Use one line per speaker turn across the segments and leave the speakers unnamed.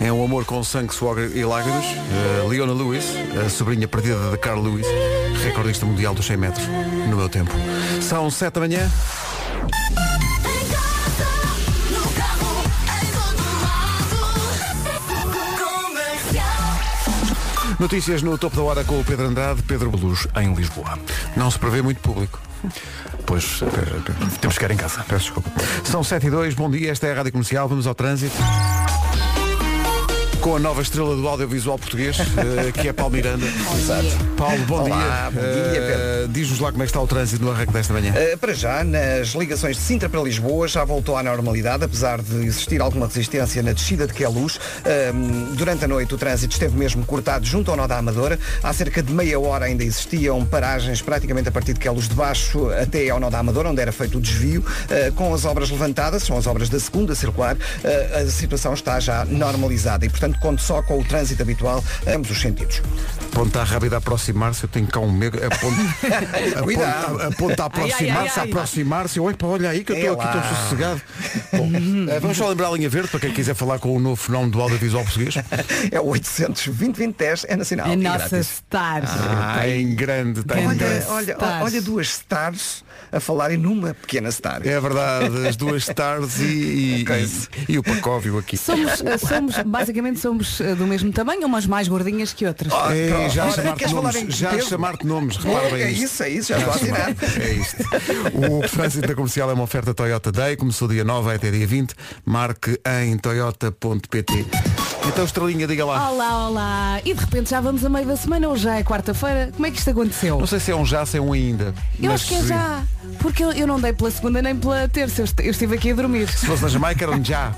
É um amor com sangue, suor e lágrimas. Eh, Leona Lewis, a sobrinha perdida de Carl Lewis, recordista mundial dos 100 metros, no meu tempo. São 7 da manhã.
Em casa, no carro, em todo lado. Comercial.
Notícias no topo da hora com o Pedro Andrade, Pedro Beluz.
em Lisboa.
Não se prevê muito público.
Pois eh, temos que ficar em casa.
Peço desculpa. São 7 e 2, bom dia, esta é a Rádio Comercial, vamos ao trânsito. Com a nova estrela do audiovisual português, eh, que é Paulo Miranda. Paulo, bom
Olá,
dia.
bom dia,
Eh, Diz-nos lá como é que está o trânsito no arranque desta manhã.
Uh, para já, nas ligações de Sintra para Lisboa já voltou à normalidade, apesar de existir alguma resistência na descida de Queluz. Um, durante a noite o trânsito esteve mesmo cortado junto ao nó da Amadora. Há cerca de meia hora ainda existiam paragens praticamente a partir de Queluz de baixo até ao nó da Amadora, onde era feito o desvio. Uh, com as obras levantadas, são as obras da segunda circular, uh, a situação está já normalizada e, portanto, conto só com o trânsito habitual a ambos os sentidos.
Ponto está rápido a aproximar-se, eu tenho cá um medo. Aponta,
Cuidado.
aponta, aponta a aproximar-se, a aproximar-se. Oi, pá, olha aí que eu estou
É
aqui tão
lá.
sossegado. Bom, eh, vamos só lembrar a linha verde para quem quiser falar com o novo fenómeno do audiovisual português.
É o 800 é nacional.
A
e
nossa
grátis. Ah,
star.
Está em grande, está em
Olha,
grande.
Olha, olha,
Stars.
olha duas stars a falarem numa pequena star.
É verdade, as duas tardes e, e,
Ok.
e- e o Pacóvio aqui.
Somos, eh, somos, basicamente somos eh, do mesmo tamanho, umas mais gordinhas que outras.
Ah,
Ei,
pronto.
É, já
Olha,
chamar-te
queres falar em
nomes, já
peso?
chamar-te nomes, repara
É,
bem nisto.
isso, é isso, já estou a assinar.
É isto. O trânsito da comercial é uma oferta Toyota Day. Começou dia 9 até dia 20. Marque em toyota.pt. Então, Estrelinha, diga lá.
Olá, olá. E de repente já vamos a meio da semana ou já é quarta-feira? Como é que isto aconteceu?
Não sei se é um já, se é um ainda.
Eu
mas eh,
acho que é
se-
já. Porque eu, eu não dei pela segunda nem pela terça. Eu, est- eu estive aqui a dormir.
Se fosse na Jamaica, era um já.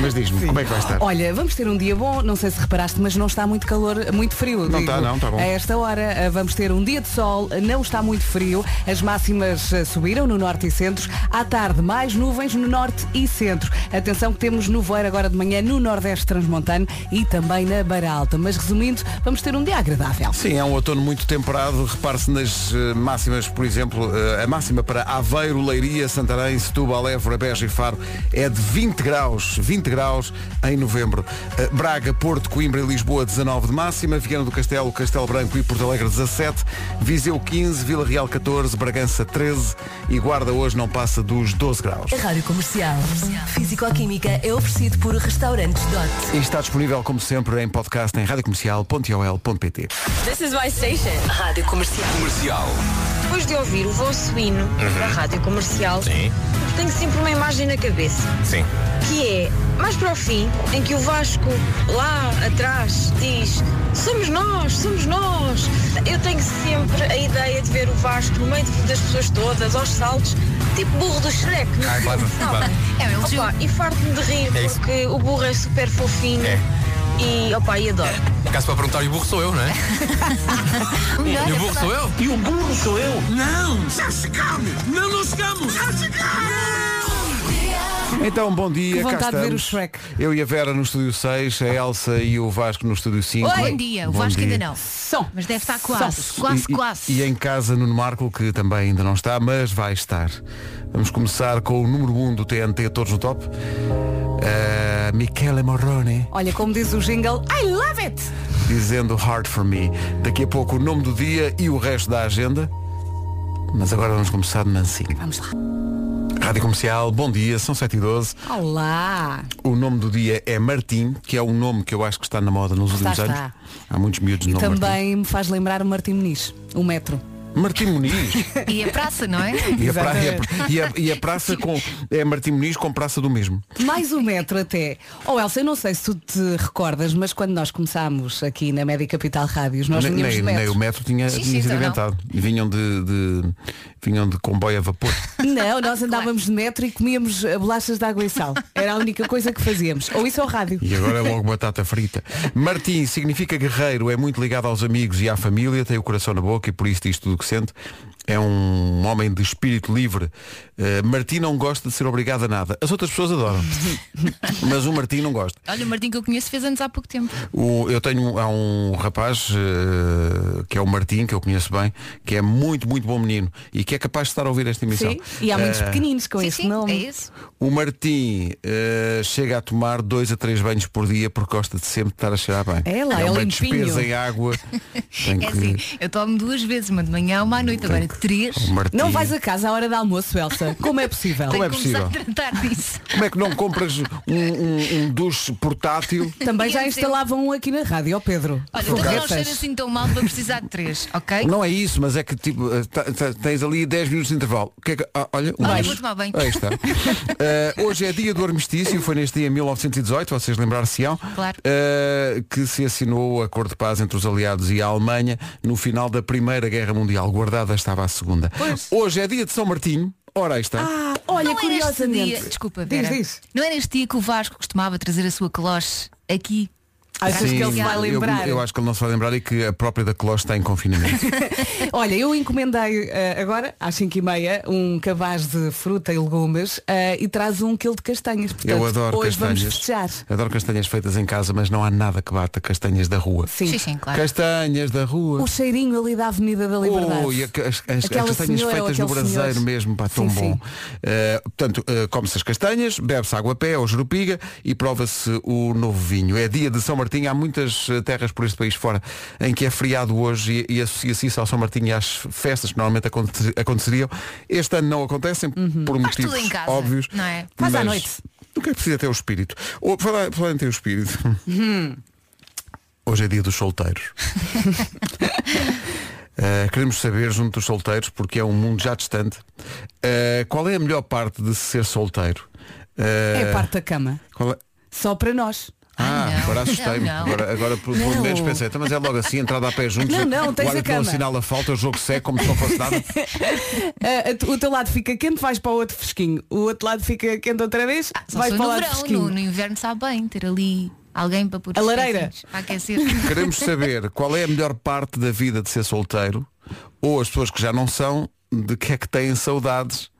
Mas diz-me, como é que vai estar?
Olha, vamos ter um dia bom, não sei se reparaste, mas não está muito calor, muito frio.
Não
digo.
está, não, está bom.
A esta hora ah, vamos ter um dia de sol, não está muito frio, as máximas ah, subiram no norte e centro, à tarde mais nuvens no norte e centro. Atenção que temos nuvoeiro agora de manhã no nordeste transmontano e também na Beira Alta. Mas resumindo, vamos ter um dia agradável.
Sim, é um outono muito temperado. Repare-se nas eh, máximas, por exemplo, eh, a máxima para Aveiro, Leiria, Santarém, Setúbal, Évora, Beja e Faro é de 20 graus, 20 graus em novembro. Eh, Braga, Porto, Coimbra e Lisboa 19 de máxima, Viana do Castelo, Castelo Branco e Porto Alegre 17, Viseu 15, Vila Real 14, Bragança 13 e Guarda hoje não passa dos 12 graus.
A Rádio Comercial. Físico-Química é oferecido por Restaurantes Dot.
E está disponível, como sempre, em podcast em radiocomercial.ol.pt.
This is my station. Rádio Comercial.
Depois de ouvir o vosso hino da rádio comercial,
Uhum. Sim.
tenho sempre uma imagem na cabeça,
Sim.
que é mais para o fim, em que o Vasco lá atrás diz somos nós, somos nós. Eu tenho sempre a ideia de ver o Vasco no meio de- das pessoas todas, aos saltos, tipo burro do Shrek. no
Ah, claro,
filme.
claro.
É, eu Opa, e farto-me de rir,
É isso.
porque o burro é super fofinho.
É.
E, opa, e adoro.
Caso para perguntar, e o burro sou eu, não é? E o burro sou eu? E o burro sou eu? Não! Já chegamos! Não, não chegamos! Já chegamos!
Então, bom dia,
Que
cá
vontade de ver o
estamos.
Shrek.
Eu e a Vera no estúdio 6, a Elsa e o Vasco no estúdio 5.
Oi, bom dia. O Vasco ainda não.
Som.
Mas deve estar quase.
Só.
Quase,
e,
quase.
E, e em casa Nuno Marco, que também ainda não está, mas vai estar. Vamos começar com o número 1 do TNT, todos no top. Eh, Michele Morrone,
Olha, como diz o jingle, I love it!
dizendo Hard for Me. Daqui a pouco o nome do dia e o resto da agenda. Mas agora vamos começar de mansinho.
Vamos lá.
Rádio Comercial, bom dia, são 7 e 12.
Olá!
O nome do dia é Martim, que é um nome que eu acho que está na moda nos últimos
está.
anos. Há muitos miúdos
E
no nome
também me faz lembrar o Martim Muniz, o metro.
Martim. Martim Muniz.
E a praça, não é?
e, a pra- e a- e a- e a praça com. É Martim Muniz com praça do mesmo.
Mais um metro até. Ou oh, Elsa, eu não sei se tu te recordas, mas quando nós começámos aqui na Média Capital Rádios, nós
Nem-
vinhamos
nem,
de
nem o
metro.
metro tinha,
Sim, sim,
tinha sido
então não.
inventado. Vinham de, de- vinham de comboio a vapor.
Não, nós andávamos de metro e comíamos eh, bolachas de água e sal. Era a única coisa que fazíamos. Ou isso ao rádio.
E agora é logo batata frita. Martim significa guerreiro, é muito ligado aos amigos e à família, tem o coração na boca e por isso diz tudo o que sente. é um homem de espírito livre. Eh, Martim não gosta de ser obrigado a nada. As outras pessoas adoram, mas o Martim não gosta.
Olha, o Martim que eu conheço fez anos há pouco tempo.
O- eu tenho há um rapaz eh, que é o Martim, que eu conheço bem, que é muito, muito bom menino e que é capaz de estar a ouvir esta emissão.
Sim. E há muitos
Eh,
pequeninos com
sim,
esse
sim,
nome.
é isso.
O Martim eh, chega a tomar dois a três banhos por dia porque gosta de sempre estar a cheirar bem.
É lá, é
uma
limpinho.
despesa em água. Tem
É
que-
assim, eu tomo duas vezes, uma de manhã, uma à noite, agora três.
o Martim-
Não vais a casa à hora de almoço, Elsa. Como é possível?
Como é
Tenho que começar a
possível?
tratar disso.
Como é que não compras um, um, um duche portátil?
Também já
Ia dizer-
instalavam um aqui na rádio, ó Pedro.
Olha, então se não
Fogatas.
cheira assim tão mal, vou precisar de três, ok?
Não é isso, mas é que tipo, eh, ta- ta- tens ali 10 minutos de intervalo. O que é que- ah, olha, um
Olha,
banho.
vou tomar banho.
Aí está. Eh, hoje é dia do armistício, foi neste dia em 1918, vocês lembrar-se-ão,
Claro.
eh, que se assinou o acordo de paz entre os aliados e a Alemanha no final da Primeira Guerra Mundial. Guardada estava a Segunda. Hoje é dia de São Martinho. Ora, aí está.
Ah, olha,
não era este
curiosamente.
dia, desculpa,
Diz,
Vera,
diz.
não era este dia que o Vasco costumava trazer a sua cloche aqui?
Ah, Achas que ele se vai
eu-
lembrar?
Eu, acho que ele não se vai lembrar e que a própria da Cloche está em confinamento.
Olha, eu encomendei eh, agora, às 5 e meia, um cabaz de fruta e legumes eh, e traz um quilo de castanhas. Portanto,
eu adoro
hoje
castanhas.
vamos festejar.
Adoro castanhas feitas em casa, mas não há nada que bata castanhas da rua.
Sim.
Sim, sim, claro.
Castanhas da rua.
O cheirinho ali da Avenida da Liberdade.
Ui, a- as, as- as
Aquela
castanhas
senhora ou
feitas no
aquele
braseiro
senhor.
mesmo, pá, tão
Sim,
bom.
sim.
Eh, portanto, eh, come-se as castanhas, bebe-se água a pé ou jurupiga e prova-se o novo vinho. É dia de São Martinho, há muitas eh, terras por este país fora em que é feriado hoje e, e associa-se isso ao São Martinho e às festas que normalmente aconte- aconteceriam. Este ano não acontecem
Uhum.
por
Faz tudo
motivos
em casa,
óbvios.
não é?
Faz à
mas
noite.
O que é preciso ter o espírito? Ou, falar, falar em ter o espírito. Hoje é dia dos solteiros. Uh, queremos saber, junto dos solteiros, porque é um mundo já distante, uh, qual é a melhor parte de ser solteiro? Uh,
É a parte da cama.
qual é-
Só para nós.
Ah,
Ai, não.
agora assustei-me.
Não, não.
Agora, agora por por
Não.
momentos pensei, "Então, mas é logo assim, entrada a pé juntos.
Não, não, tens
o
a
árbitro não
cama.
assinala a falta, o jogo segue como se não fosse nada.
Ah, ah, o teu lado fica quente, vais para o outro fresquinho. O outro lado fica quente outra vez,
Ah, Só
vais
se
para o
no
lado
verão,
fresquinho.
no, no inverno sabe bem ter ali alguém para pôr
A
os
lareira.
pezinhos, para aquecer.
Queremos saber qual é a melhor parte da vida de ser solteiro, ou as pessoas que já não são, de que é que têm saudades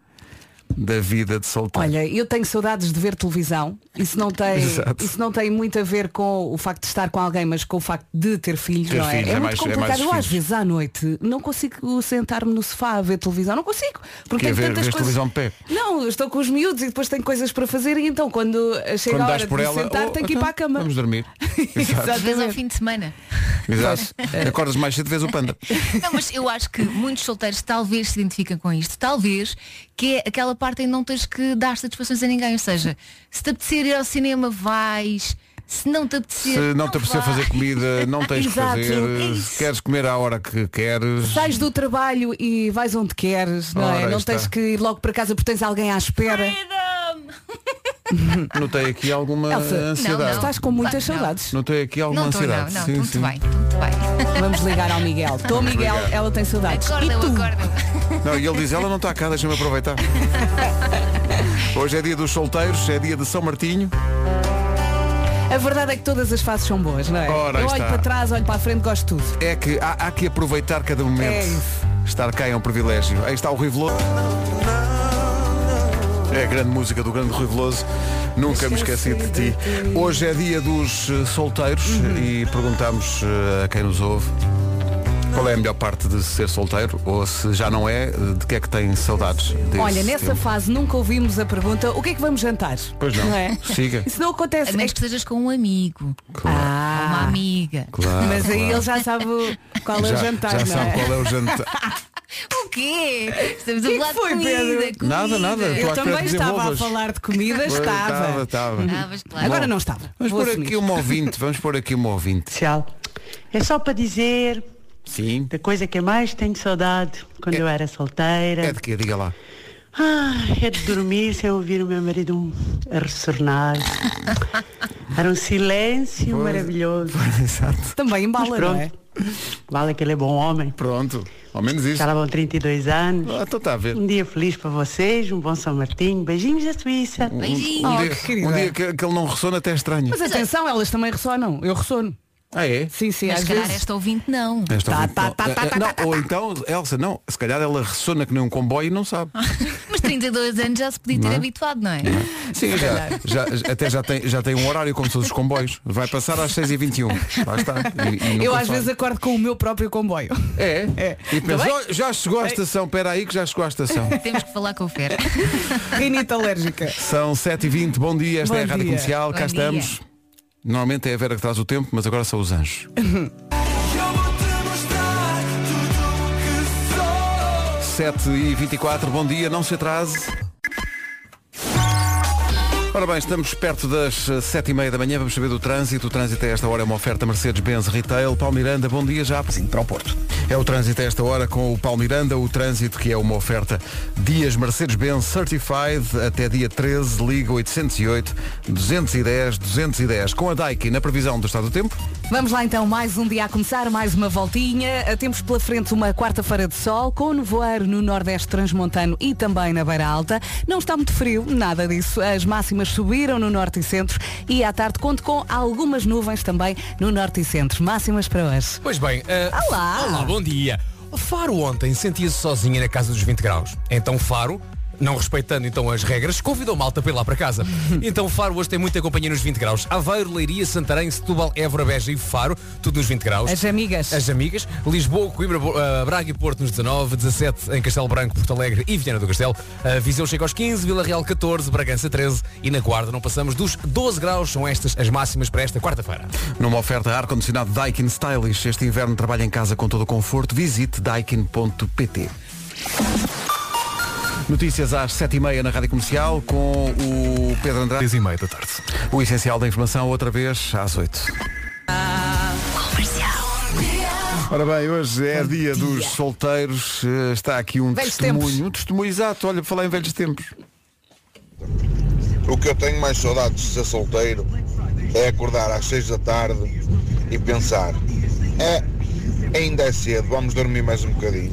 da vida de solteiro.
Olha, eu tenho saudades de ver televisão. Isso não tem,
Exato.
isso não tem muito a ver com o facto de estar com alguém, mas com o facto de ter filhos,
Ter
não é?
filhos,
é,
é
muito
mais- é mais
complicado. eu às
filhos.
vezes à noite não consigo sentar-me no sofá a ver televisão, não consigo, porque
Quer
tenho
é ver-
tantas
vês
coisas.
televisão de pé?
Não, eu estou com os miúdos e depois tenho coisas para fazer e então quando chega
Quando
a
dás
hora
por
de
ela,
sentar
"Oh,
tenho que ir
então,
para a cama.
Vamos dormir. Exato.
Às vezes ao fim de semana.
Exato.
É.
Acordas mais cedo, vês o panda.
Não, mas eu acho que muitos solteiros talvez se identificam com isto. Talvez, que é aquela parte em que não tens que dar satisfações a ninguém. Ou seja, se te apetecer ir ao cinema, vais. Se não te apetecer.
Se não te apetecer
vais.
fazer comida, não tens que
Exato.
fazer.
É
Se
isso.
queres comer à hora que queres.
Sais do trabalho e vais onde queres, não
Ora,
é? Não
está.
tens que ir logo para casa porque tens alguém à espera.
Notei aqui alguma
Elsa, não,
ansiedade.
não.
Estás com muitas
Não.
saudades.
Notei aqui alguma
Não estou, não, não.
ansiedade.
Estou
Sim,
muito
sim.
bem, estou muito bem.
Vamos ligar ao Miguel. Estou Miguel,
ligar.
ela tem saudades. E
Acorda-o,
tu?
acorda-o.
Não, e ele diz, ela não está cá, deixa-me aproveitar. Hoje é dia dos solteiros, é dia de São Martinho.
A verdade é que todas as faces são boas, não é?
Ora, aí
eu olho
está.
para trás, olho para a frente, gosto de tudo.
É que há, há que aproveitar cada momento.
É isso.
Estar cá é um privilégio. Aí está o Rui Veloso. É a grande música do grande Rui Veloso. Nunca me esqueci de ti. Hoje é dia dos eh, solteiros
Uhum.
e perguntamos eh, a quem nos ouve qual é a melhor parte de ser solteiro ou se já não é, eh, de que é que tem saudades. desse
Olha, nessa
tempo.
fase nunca ouvimos a pergunta o que é que vamos jantar?
Pois não.
é?
Siga.
Isso não
A
acontece. É
menos que estejas com um amigo,
Claro,
ou uma
Ah,
amiga.
claro,
mas aí
claro.
ele já sabe qual é
já,
o jantar,
já
não
sabe
é?
qual é o jantar.
O quê? Estamos
Que
a
que
falar de
foi,
comida,
Pedro?
comida.
Nada, nada. Estou à
Eu
espera
também
que
estava a
desenvolvas.
falar de comida, estava.
Estava, estava.
Ah, mas claro.
Agora não estava.
Vamos
Vou
pôr
assumir.
aqui um ouvinte, vamos pôr aqui um ouvinte.
É só para dizer
Sim.
da coisa que eu mais tenho saudade quando eu era solteira.
É de quê? Diga lá.
Ai, é de dormir sem ouvir o meu marido um a ressonar. Era um silêncio
Pois.
maravilhoso.
Exato.
Também embala, não é?
Pronto. Vale que ele é bom homem.
Pronto. Ao menos isso.
Já lá vão 32 anos.
Ah, então está a ver.
Um dia feliz para vocês, um bom São Martinho. Beijinhos da Suíça.
Beijinho.
Um
Oh,
dia,
que querida.
um dia que, que ele não ressona até é estranho.
Mas atenção, elas também ressonam. Eu ressono.
Ah, é?
Sim, sim,
Mas
às
se calhar
vezes.
esta um. ouvinte não.
Esta
Tá,
ouvinte-
tá, tá,
Eh,
tá,
eh,
tá,
não,
tá, tá,
ou então, Elsa, não, se calhar ela ressona que nem um comboio e não sabe.
Ah,
Mas 32 anos já se podia ter
Não é?
habituado, não é?
Sim, já, já- até já tem, já tem um horário como todos os comboios. Vai passar às 6h21. Lá está. E- e um. nunca
Eu às
sai.
vezes acordo com o meu próprio comboio.
É?
É.
E penso,
Tá bem?
"Oh, já chegou à estação, espera aí que já chegou à estação.
Temos que falar com o Fer.
Rinita alérgica.
São 7h20, bom dia, esta
Bom
é a Rádio
dia.
Comercial, cá
Bom dia.
estamos. Normalmente é a Vera que traz o tempo, mas agora são os anjos. Sete e 24 bom dia, não se atrase. Ora bem, estamos perto das eh, sete e meia da manhã, vamos saber do trânsito. O trânsito a esta hora é uma oferta Mercedes-Benz Retail. Paulo Miranda, bom dia já.
Sim, para o Porto.
É o trânsito a esta hora com o Paulo Miranda, o trânsito que é uma oferta Dias Mercedes-Benz Certified até dia 13, liga 808 210 210. Com a Daikin na previsão do estado do tempo.
Vamos lá então, mais um dia a começar, mais uma voltinha. Temos pela frente uma quarta-feira de sol, com nevoeiro no Nordeste Transmontano e também na Beira Alta. Não está muito frio, nada disso. As máximas subiram no Norte e Centro e à tarde conto com algumas nuvens também no Norte e Centro. Máximas para hoje.
Pois bem, eh,
Olá.
Olá, bom dia. O Faro ontem sentia-se sozinha na casa dos 20 graus. Então Faro, não respeitando então as regras, convidou malta para ir lá para casa. então Faro hoje tem muita companhia nos 20 graus. Aveiro, Leiria, Santarém, Setúbal, Évora, Beja e Faro, tudo nos 20 graus.
As amigas.
As amigas. Lisboa, Coimbra, Bo- eh, Braga e Porto nos 19, 17 em Castelo Branco, Porto Alegre e Viana do Castelo. Eh, Viseu chega aos 15, Vila Real 14, Bragança 13 e na Guarda não passamos dos 12 graus. São estas as máximas para esta quarta-feira.
Numa oferta ar-condicionado Daikin Stylish, este inverno trabalha em casa com todo o conforto. Visite daikin.pt. Notícias às 7h30 na Rádio Comercial com o Pedro Andrade.
3 e meia da tarde.
O essencial da informação outra vez às 8. Ora bem, hoje é dia, dos solteiros. Eh, Está aqui um
Velhos
testemunho.
tempos.
Um testemunho exato. Olha, falar em velhos tempos.
O que eu tenho mais saudades de ser solteiro é acordar às 6 da tarde e pensar, é, ainda é cedo, vamos dormir mais um bocadinho.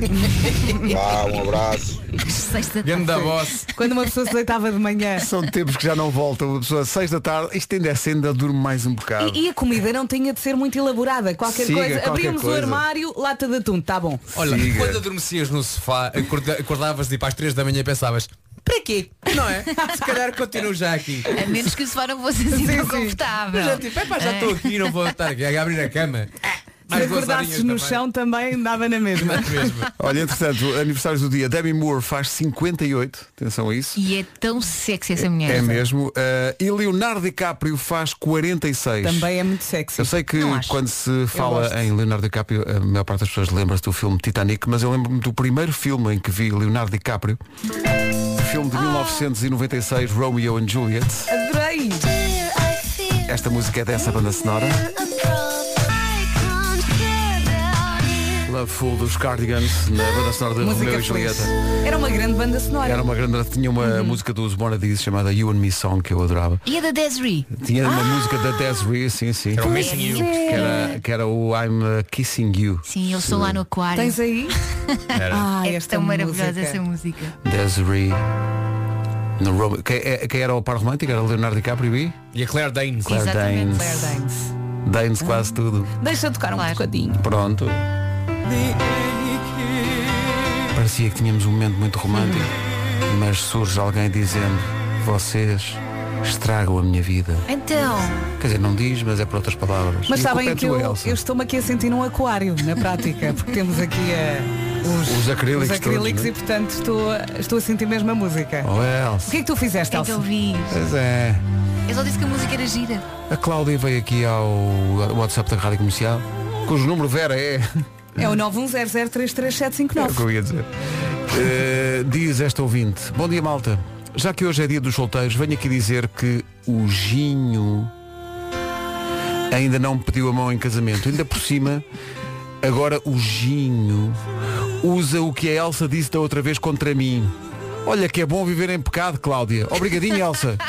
Vá, um abraço.
Sexta
Ganda voz.
Quando uma pessoa se deitava de manhã.
São tempos que já não voltam. Uma pessoa às 6 da tarde, isto ainda é cedo, ainda durmo mais um bocado.
E, e a comida não tinha de ser muito elaborada. Qualquer
Siga,
coisa,
qualquer
abrimos
coisa.
o armário, lata de atum, tá bom.
Olha,
Siga.
quando adormecias no sofá, acorda- acordavas tipo às 3 da manhã e pensavas, para quê? Não é? Se calhar continuo já aqui.
A menos que o sofá não fosse assim tão confortável. Ah,
Mas já tipo, "Epá, já estou aqui, não vou estar aqui a abrir a cama.
Se
Mais duas
acordasses
horinhas
no
também.
chão também dava na mesma.
Mesmo.
Olha, entretanto, aniversários do dia. Debbie Moore faz 58. Atenção a isso.
E é tão sexy essa mulher.
É mesmo. Eh, e Leonardo DiCaprio faz 46.
Também é muito sexy.
Eu sei que
Não acho.
quando se
gosto.
fala em Leonardo DiCaprio, a maior parte das pessoas lembra-se do filme Titanic, mas eu lembro-me do primeiro filme em que vi Leonardo DiCaprio, o filme de 1996, Romeo and Juliet.
Adorei!
Esta música é dessa banda sonora, Loveful dos Cardigans, na banda sonora de
Música
Romeo e
feliz.
Julieta.
Era uma grande banda sonora.
Era uma grande, tinha uma
Uhum.
música dos Bona Dizes chamada You and Me Song que eu adorava.
E a da Desiree?
Tinha
Ah,
uma música da Desiree, sim, sim.
Era o Missing You.
Que era, que era o I'm uh, Kissing You.
Sim, eu sou lá no aquário.
Tens aí? Ah,
é
esta
tão maravilhosa
música.
essa música.
Desiree. No Rome... quem, é- quem era o par romântico? Era Leonardo DiCaprio e
E a Claire Danes.
Claire
Exatamente,
Danes.
Claire Danes. Ah.
Danes quase tudo.
Deixa tocar um
Claro.
bocadinho.
Pronto. Parecia que tínhamos um momento muito romântico,
Uhum.
mas surge alguém dizendo, vocês estragam a minha vida.
Então,
Quer dizer, não diz, mas é por outras palavras.
Mas
E a culpa
sabem
é
que eu,
tua, Elsa.
eu estou-me aqui a sentir num aquário, na prática, porque temos aqui eh, os,
Os acrílicos
os acrílicos
todos, né?
e, portanto, estou, a- estou a sentir mesmo a música.
Oh
O
Elsa.
que é que tu fizeste,
é que
Elsa?
eu vi.
Pois é.
Eu só disse que a música era gira.
A Cláudia veio aqui ao WhatsApp da Rádio Comercial, cujo número Vera é.
É o 910033759.
eu ia dizer. Eh, diz esta ouvinte. Bom dia, malta. Já que hoje é dia dos solteiros, venho aqui dizer que o Ginho ainda não me pediu a mão em casamento. Ainda por cima, agora o Ginho usa o que a Elsa disse da outra vez contra mim. Olha que é bom viver em pecado, Cláudia. Obrigadinho, Elsa.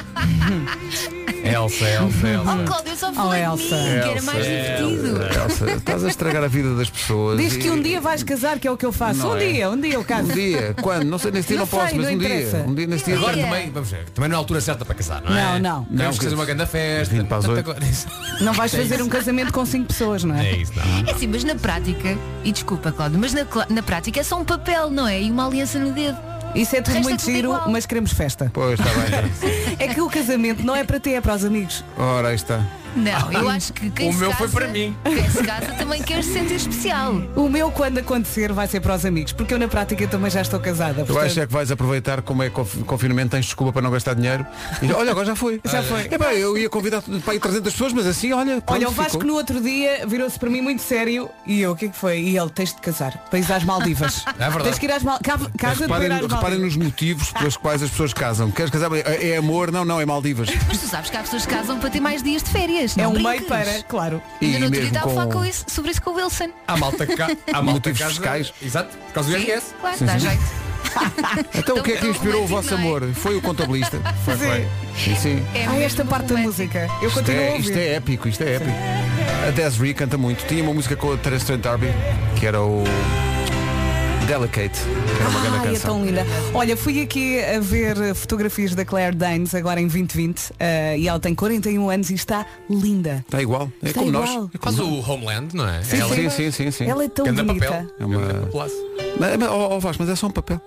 Elsa, Elsa, Elsa.
Oh, Cláudio, eu só falei de mim, que era mais divertido.
É, Elsa, estás a estragar a vida das pessoas.
Diz
e-
que um dia vais casar, que é o que eu faço.
Não
um
é?
dia, um dia eu caso.
Um dia, quando? Não sei, nesse dia não, posso,
sei,
mas um
interessa.
dia. Um dia nesse dia.
Agora também, vamos ver, também não é a altura certa para casar, não é?
Não, não. Não,
Queremos
que-
fazer uma grande festa.
para as
tanta
oito.
coisa.
Não vais
É
fazer
isso.
um casamento com cinco pessoas, não é?
É isso, não.
É assim, mas na prática, e desculpa Cláudio, mas na, cla- na prática é só um papel, não é? E uma aliança no dedo.
Isso é tudo
Resta
muito
tudo
giro,
igual.
mas queremos festa.
Pois, está bem.
É que o casamento não é para ti, é para os amigos.
Ora, aí está.
Não, eu acho que quem
O
se
meu
casa,
foi para mim.
Quem se casa também quer se sentir especial.
O meu, quando acontecer, vai ser para os amigos, porque eu na prática também já estou casada.
Eu
portanto-
acho é que vais aproveitar como é conf- confinamento, tens desculpa para não gastar dinheiro. E, olha, agora já foi.
Já foi.
É bem, eu ia convidar para aí 300 pessoas, mas assim, olha. pronto,
Olha, o Vasco
ficou.
no outro dia virou-se para mim muito sério e eu, o que é que foi? E ele, tens de casar, para ir às Maldivas.
É verdade.
Tens que ir às Maldivas. Casa de para ir
Reparem,
às
reparem
Maldivas.
nos motivos pelos quais as pessoas casam. Queres casar? É é amor? Não, não, é Maldivas.
Mas tu sabes que há pessoas que casam para ter mais dias de férias.
É
não
um meio
brinques.
para, claro.
Ainda
E
no outro dia
mesmo
estava a falar
com-
com isso- sobre isso com o Wilson.
Há malta que ca... há malta
Motivos
que casa-
fiscais. Uhum.
Exato, por causa do
é
IRS.
Claro, tá
tá,
dá
é.
jeito.
Então o que é que
Tão
inspirou o vosso
romântico,
amor? Foi o contabilista. Foi,
Sim.
Sim, sim.
É
Ah, esta
mesmo
parte da
romântico.
música. Eu
Isto
continuo a
é,
ouvir.
isto é épico, isto é épico. A Desiree canta muito. Tinha uma música com a Teresa Trent D'Arby, que era o Delicate, que era uma grande
Ai, é
canção.
tão linda. Olha, fui aqui a ver eh, fotografias da Claire Danes agora em 2020 eh, e ela tem 41 anos e está linda.
Está igual, é
Está
como
igual.
nós. É
Faz
como
o Homeland, não é?
Sim,
Ela-
sim, sim, sim, sim.
Ela é tão
Ganda
bonita.
papel.
É uma-
Ganda papelaço.
Mas, mas, oh, oh, Vasco, mas é só um papel.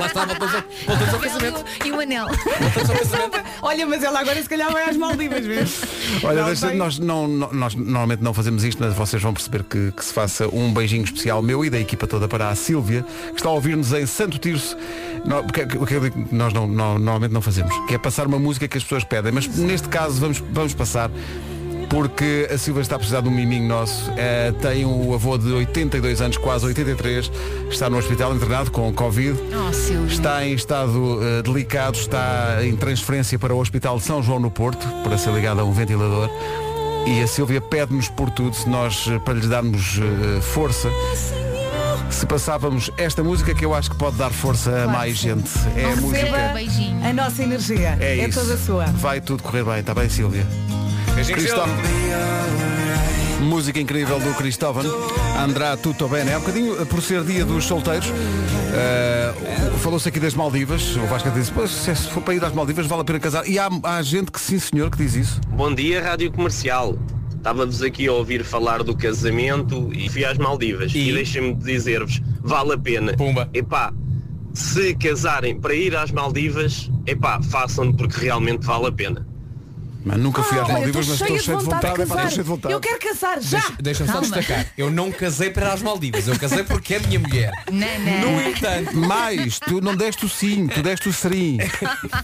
Lá está, voltamos ao- voltamos ao casamento.
E o anel.
Olha, mas ela agora se calhar vai às Maldivas mesmo.
Olha,
Não
deixa-
tem.
nós, não, não- nós normalmente não fazemos isto, mas vocês vão perceber que, que se faça um beijinho especial meu e da equipa toda para a Sílvia, que está a ouvir-nos em Santo Tirso. Nó- porque- que- que eu digo que nós não, não- normalmente não fazemos, que é passar uma música que as pessoas pedem, mas neste caso vamos, vamos passar. Porque a Silvia está a precisar de um miminho nosso. Eh, tem o avô de 82 anos, quase 83, está no hospital internado com Covid.
Oh, seu
Está em estado eh, delicado, está em transferência para o Hospital de São João no Porto, para ser ligado a um ventilador. E a Silvia pede-nos por tudo, se nós, eh, para lhe darmos eh, força, se passávamos esta música que eu acho que pode dar força a mais gente. É a
Receba um
música.
beijinho.
A nossa energia
É,
é,
isso.
toda sua.
Vai tudo correr bem, está bem, Silvia?
Beijinhos,
Cristóvão. Música incrível do Cristóvão. Andrá Tuto Bene. Há um bocadinho, eh, por ser dia dos solteiros, eh, falou-se aqui das Maldivas. O Vasco disse, "Pois, se for para ir às Maldivas, vale a pena casar. E há, há gente que sim, senhor, que diz isso.
Bom dia, Rádio Comercial. Estava-vos aqui a ouvir falar do casamento e fui às Maldivas. E, deixem-me dizer-vos, vale a pena.
Pumba.
Epá, se casarem para ir às Maldivas, epá, façam porque realmente vale a pena.
Mas nunca fui às
Olha,
Maldivas, mas estou cheio de
é
vontade. Epá,
casar.
estou cheio de vontade.
Eu quero casar já.
Deixa- Deixa-me só
Calma.
destacar. Eu não casei para ir às Maldivas. Eu casei porque é minha mulher.
Não, não.
No entanto,
Mais, tu não deste o sim, tu deste o serim.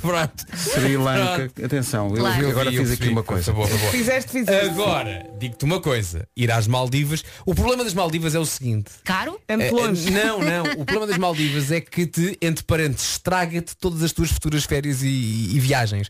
pronto.
Sri Lanka. Atenção, eu,
Claro.
eu agora
Eu
fiz aqui
percebi.
uma coisa.
Tá bom, tá bom.
Fizeste, fizeste.
Agora, digo-te uma coisa. Ir às Maldivas. O problema das Maldivas é o seguinte.
Caro?
É muito
É,
longe.
é, Não, não. O problema das Maldivas é que te, entre parentes, estraga-te todas as tuas futuras férias e, e viagens.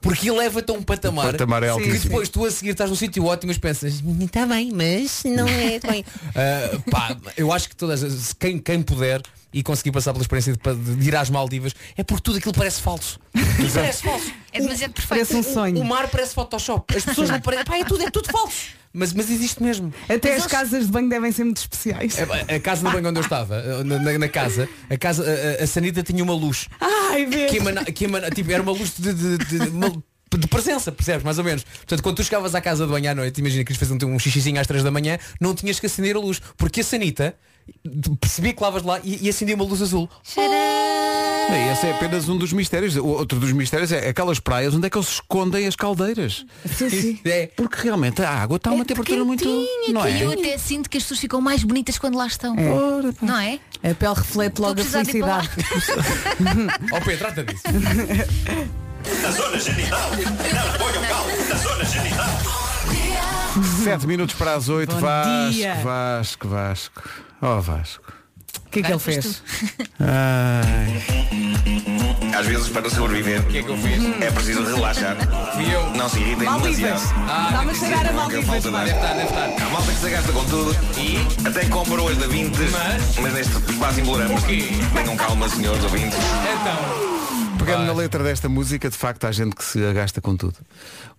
Porque eleva-te a um patamar,
O patamar é
que
altíssimo.
depois tu a seguir estás num sítio ótimo e pensas, está bem, mas não é bem. Ah, pá, eu acho que todas as- quem, quem puder e conseguir passar pela experiência de, pa- de ir às Maldivas é porque tudo aquilo parece falso. Tudo parece falso.
É demasiado perfeito.
Parece um sonho.
O mar parece Photoshop. As pessoas não parecem. Pá, é tudo, é tudo falso. Mas, mas existe mesmo.
Até
Mas É,
as
eles-
casas de banho devem ser muito especiais.
a, a casa do banho onde eu estava, eh, na, na- na casa, a, casa a- a, a Sanita tinha uma luz.
Ai, vê.
Que emana, que emana- tipo, era uma luz de, de- de- de- uma- de presença, percebes? Mais ou menos. Portanto, quando tu chegavas à casa do banho à noite, imagina que eles faziam um xixizinho às 3 da manhã, não tinhas que acender a luz. Porque a Sanita percebia que lá vas lá e, e acendia uma luz azul.
Bem, esse é apenas um dos mistérios. O outro dos mistérios é aquelas praias onde é que eles escondem as caldeiras.
Sim, sim. É
É,
Porque realmente a água está a uma temperatura muito. Não é?
E eu até sinto que as pessoas ficam mais bonitas quando lá estão.
Ora, pá.
Não é?
A pele reflete logo a
precisar de ir para lá.
felicidade.
ó Oh, Pedro, trata disso.
Sete minutos para as oito.
Bom
Vasco,
dia.
Vasco, Vasco. Oh Vasco.
O que é que ele
Agora foste
fez?
Ai.
Às vezes, para sobreviver,
O que é que eu fiz?
é preciso relaxar.
Fui eu.
Não se irritem
Maldivas.
demasiado.
Estava a chegar a
Nunca
Maldivas.
falta
pá.
Deve estar, deve estar.
Há malta que se gasta com tudo e até compra hoje da 20,
Mas?
mas neste quase imploramos.
quê?
Tenham calma, senhores ouvintes.
Então,
Por Pegando na letra desta música, de facto, há gente que se agasta com tudo.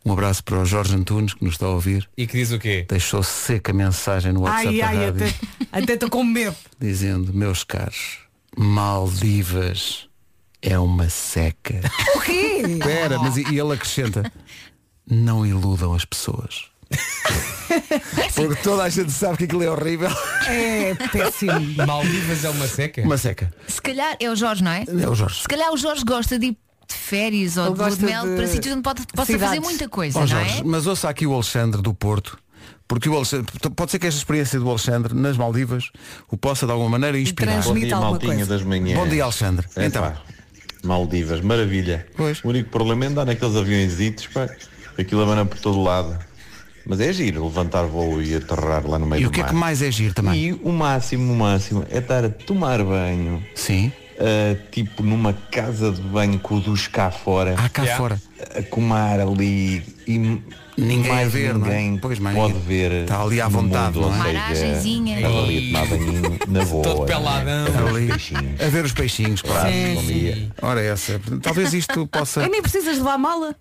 Um abraço para o Jorge Antunes, que nos está a ouvir.
E que diz o quê?
Deixou seca mensagem no WhatsApp
Ai,
da
ai,
rádio,
até até estou com medo.
dizendo, meus caros, Maldivas é uma seca.
O quê?
Espera, mas e, e ele acrescenta, não iludam as pessoas. Porque toda a gente sabe que aquilo é horrível.
É péssimo.
Maldivas é uma seca?
Uma seca.
Se calhar é o Jorge, não é?
É o Jorge.
Se calhar o Jorge gosta de ir de férias ou
Ele
de lua de
gosta
mel
de
para sítios onde pode, possa fazer
cidades.
muita coisa,
Ó,
não
Jorge,
é?
mas ouça aqui o Alexandre do Porto. Porque o Alexandre, pode ser que esta experiência do Alexandre nas Maldivas o possa de alguma maneira inspirar.
Bom dia, maltinha das manhãs.
Bom dia, Alexandre.
É,
então,
pá, Maldivas, maravilha. O único problema é andar naqueles aviõezitos, pá. Aquilo abana por todo lado. Mas é giro, levantar voo e aterrar lá no meio
e
do
o que é
mar.
que mais é giro também?
E o máximo, o máximo, é estar a tomar banho.
Sim.
tipo numa casa de banho com o dos cá fora.
Ah, cá Yeah. fora.
A comar ali e
Ninguém
mais
a ver, não é?
ninguém
Pois, mais
pode
ninguém. tá
ver. Está ali
à vontade,
mundo,
não é?
ou seja,
Paragenzinha.
estava ali a tomar banhinho na boa.
Todo
não é?
peladão.
A ver os
Ali.
peixinhos.
A ver os peixinhos, claro.
Sim, Bom dia.
Ora essa. Talvez isto possa.
E nem precisas levar mala.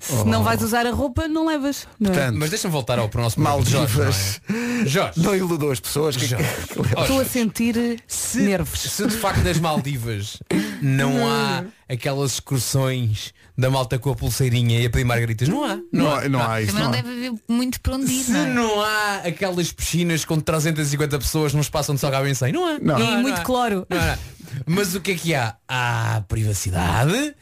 Se
Oh.
não vais usar a roupa, não levas. Não é?
Mas deixa-me voltar ao para o nosso
Maldivas.
é? Jorge.
Não iludou as pessoas. Que...
Ó,
Estou a sentir eh, nervos.
Se de facto nas Maldivas
Hum.
não há aquelas excursões da malta com a pulseirinha e a pedir margaritas, não há.
Não há- não há isso,
Também não, deve haver muito para onde ir,
Se
não é?
não há aquelas piscinas com 350 pessoas num espaço onde só cabem 100, não há.
Não. E
há,
muito
há.
cloro.
Não há. Mas o que é que há? Há privacidade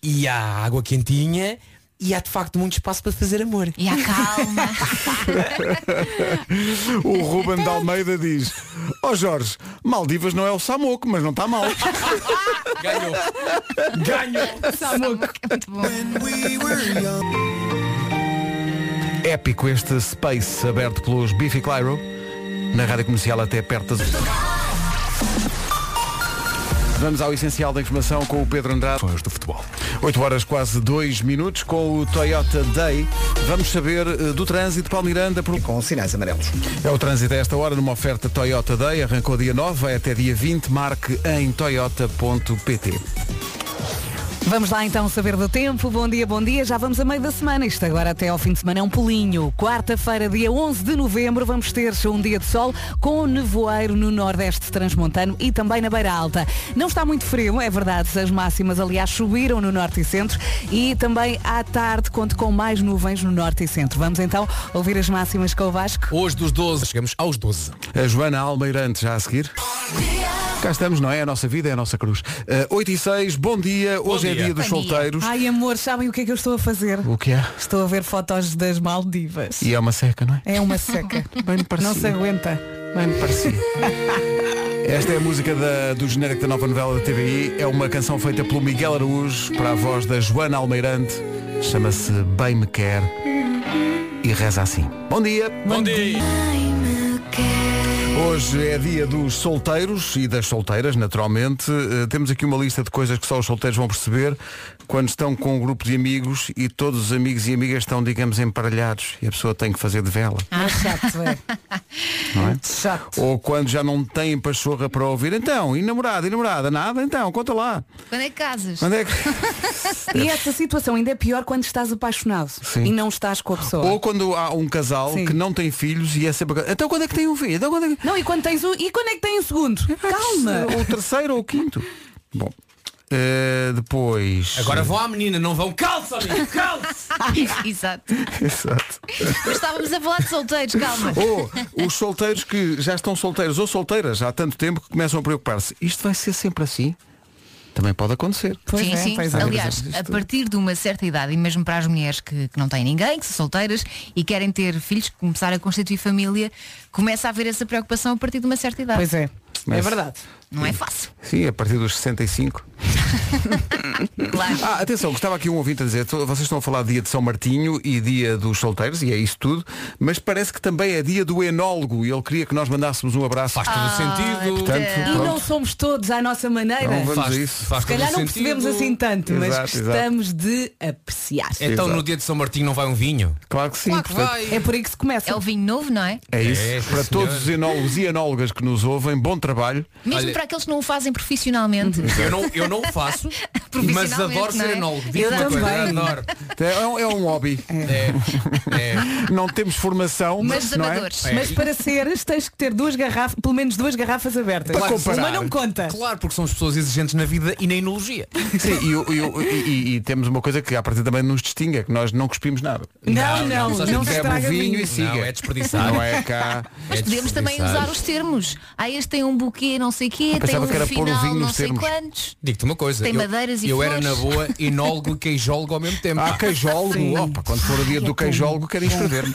e há água quentinha e há de facto muito espaço para fazer amor.
E há calma.
O Ruben de Almeida diz, ó Jorge, Maldivas não é o Samoco, mas não está mal.
Ganhou. Ganhou.
Samuco. É muito bom.
Épico este Space aberto pelos Biffy Clyro na rádio comercial até perto das. Vamos ao essencial da informação com o Pedro Andrade. Fãs do futebol. 8 horas quase 2 minutos com o Toyota Day. Vamos saber eh, do trânsito para Miranda por...
com sinais amarelos.
É o trânsito a esta hora numa oferta Toyota Day. Arrancou dia 9, vai até dia 20. Marque em toyota.pt.
Vamos lá então saber do tempo. Bom dia, bom dia. Já vamos a meio da semana. Isto agora até ao fim de semana é um pulinho. Quarta-feira, dia 11 de novembro, vamos ter um dia de sol com nevoeiro no Nordeste Transmontano e também na Beira Alta. Não está muito frio, é verdade. As máximas, aliás, subiram no Norte e Centro e também à tarde conto com mais nuvens no Norte e Centro. Vamos então ouvir as máximas com o Vasco.
Hoje dos 12, chegamos aos 12.
A Joana Almeirante já a seguir. Cá estamos, não é? A nossa vida é a nossa cruz. Eh, 8 e 6, bom dia. Hoje é dia dos solteiros.
Ai amor, sabem o que é que eu estou a fazer?
O que é?
Estou a ver fotos das Maldivas.
E é uma seca, não é?
É uma seca. Não se aguenta.
Bem me parecia. Esta é a música da- do genérico da nova novela da TVI. É uma canção feita pelo Miguel Araújo para a voz da Joana Almeirante. Chama-se Bem Me Quer e reza assim. Bom dia.
Bom dia.
Hoje é dia dos solteiros e das solteiras, naturalmente. Eh, temos aqui uma lista de coisas que só os solteiros vão perceber quando estão com um grupo de amigos e todos os amigos e amigas estão, digamos, emparelhados e a pessoa tem que fazer de vela.
Ah, chato, é.
não é? Ou quando já não têm pachorra para ouvir, então, e namorada, e namorada, nada, então, conta lá.
Quando é que casas?
Quando é que...
E essa situação ainda é pior quando estás apaixonado
Sim.
e não estás com a pessoa.
Ou quando há um casal
Sim.
que não tem filhos e é sempre. Então quando é que tem um filho? Então quando é que...
Não, e quando tens o. E quando é que tem o segundo? Calma!
Ou o um terceiro ou o quinto. Bom. eh, depois.
Agora vão à menina, não vão. Calça, amigo, calça!
Exato.
Exato.
Mas estávamos a falar de solteiros, calma.
Ou os solteiros que já estão solteiros ou solteiras há tanto tempo que começam a preocupar-se. Isto vai ser sempre assim? Também pode acontecer.
sim,
é,
sim. Aliás, a partir de uma certa idade, e mesmo para as mulheres que, que não têm ninguém, que são solteiras e querem ter filhos, que começar a constituir família, começa a haver essa preocupação a partir de uma certa idade.
Pois é.
Mas- É verdade.
Não é fácil.
Sim, a partir dos 65. Ah, atenção, que estava aqui um ouvinte a dizer, "Tô- vocês estão a falar dia de São Martinho e dia dos solteiros, e é isso tudo, mas parece que também é dia do enólogo e ele queria que nós mandássemos um abraço. Faz
todo Ah,
é
sentido.
Portanto,
e
pronto.
não somos todos à nossa maneira.
Então vamos Faz- a isso. faz
Se calhar
todo
não
sentido.
percebemos assim tanto, mas
Exato, exato.
gostamos de apreciar.
Então no dia de São Martinho não vai um vinho?
Claro que sim. portanto,
É por aí que se começa.
É o vinho novo, não é?
É isso.
É, sim,
para
senhor.
todos os enólogos e enólogas que nos ouvem, bom trabalho.
Mesmo para aqueles que não o fazem profissionalmente.
Uhum. Eu não, eu não o faço, mas
Profissionalmente,
adoro
não
ser
é?
enólogo.
Eu
Digo-te uma coisa,
também.
adoro.
É um, é um hobby.
é.
Não temos formação, não é?
Mas para seres tens que ter duas garrafas, pelo menos duas garrafas abertas. Uma não conta.
Claro, porque são as pessoas exigentes na vida e na enologia.
Sim, e, o- e o- e- e- e temos uma coisa que a partir também nos distingue, é que nós não cuspimos nada.
Não, não,
Só
não
se bebe
estraga
o é vinho
vinho.
e siga.
Não, é desperdiçar.
Não é cá.
Mas podemos também usar os termos. Ah, este tem um buquê, não sei quê,
Eu
tem
pensava
um
que era pôr o
final,
vinho
não
nos
sei
termos.
quantos.
Digo-te uma coisa.
Tem
eu,
madeiras e
Eu era
flores.
na boa enólogo e queijólogo ao mesmo tempo.
Ah, queijólogo. Opa, quando for o dia
é
do queijólogo, quero inscrever-me.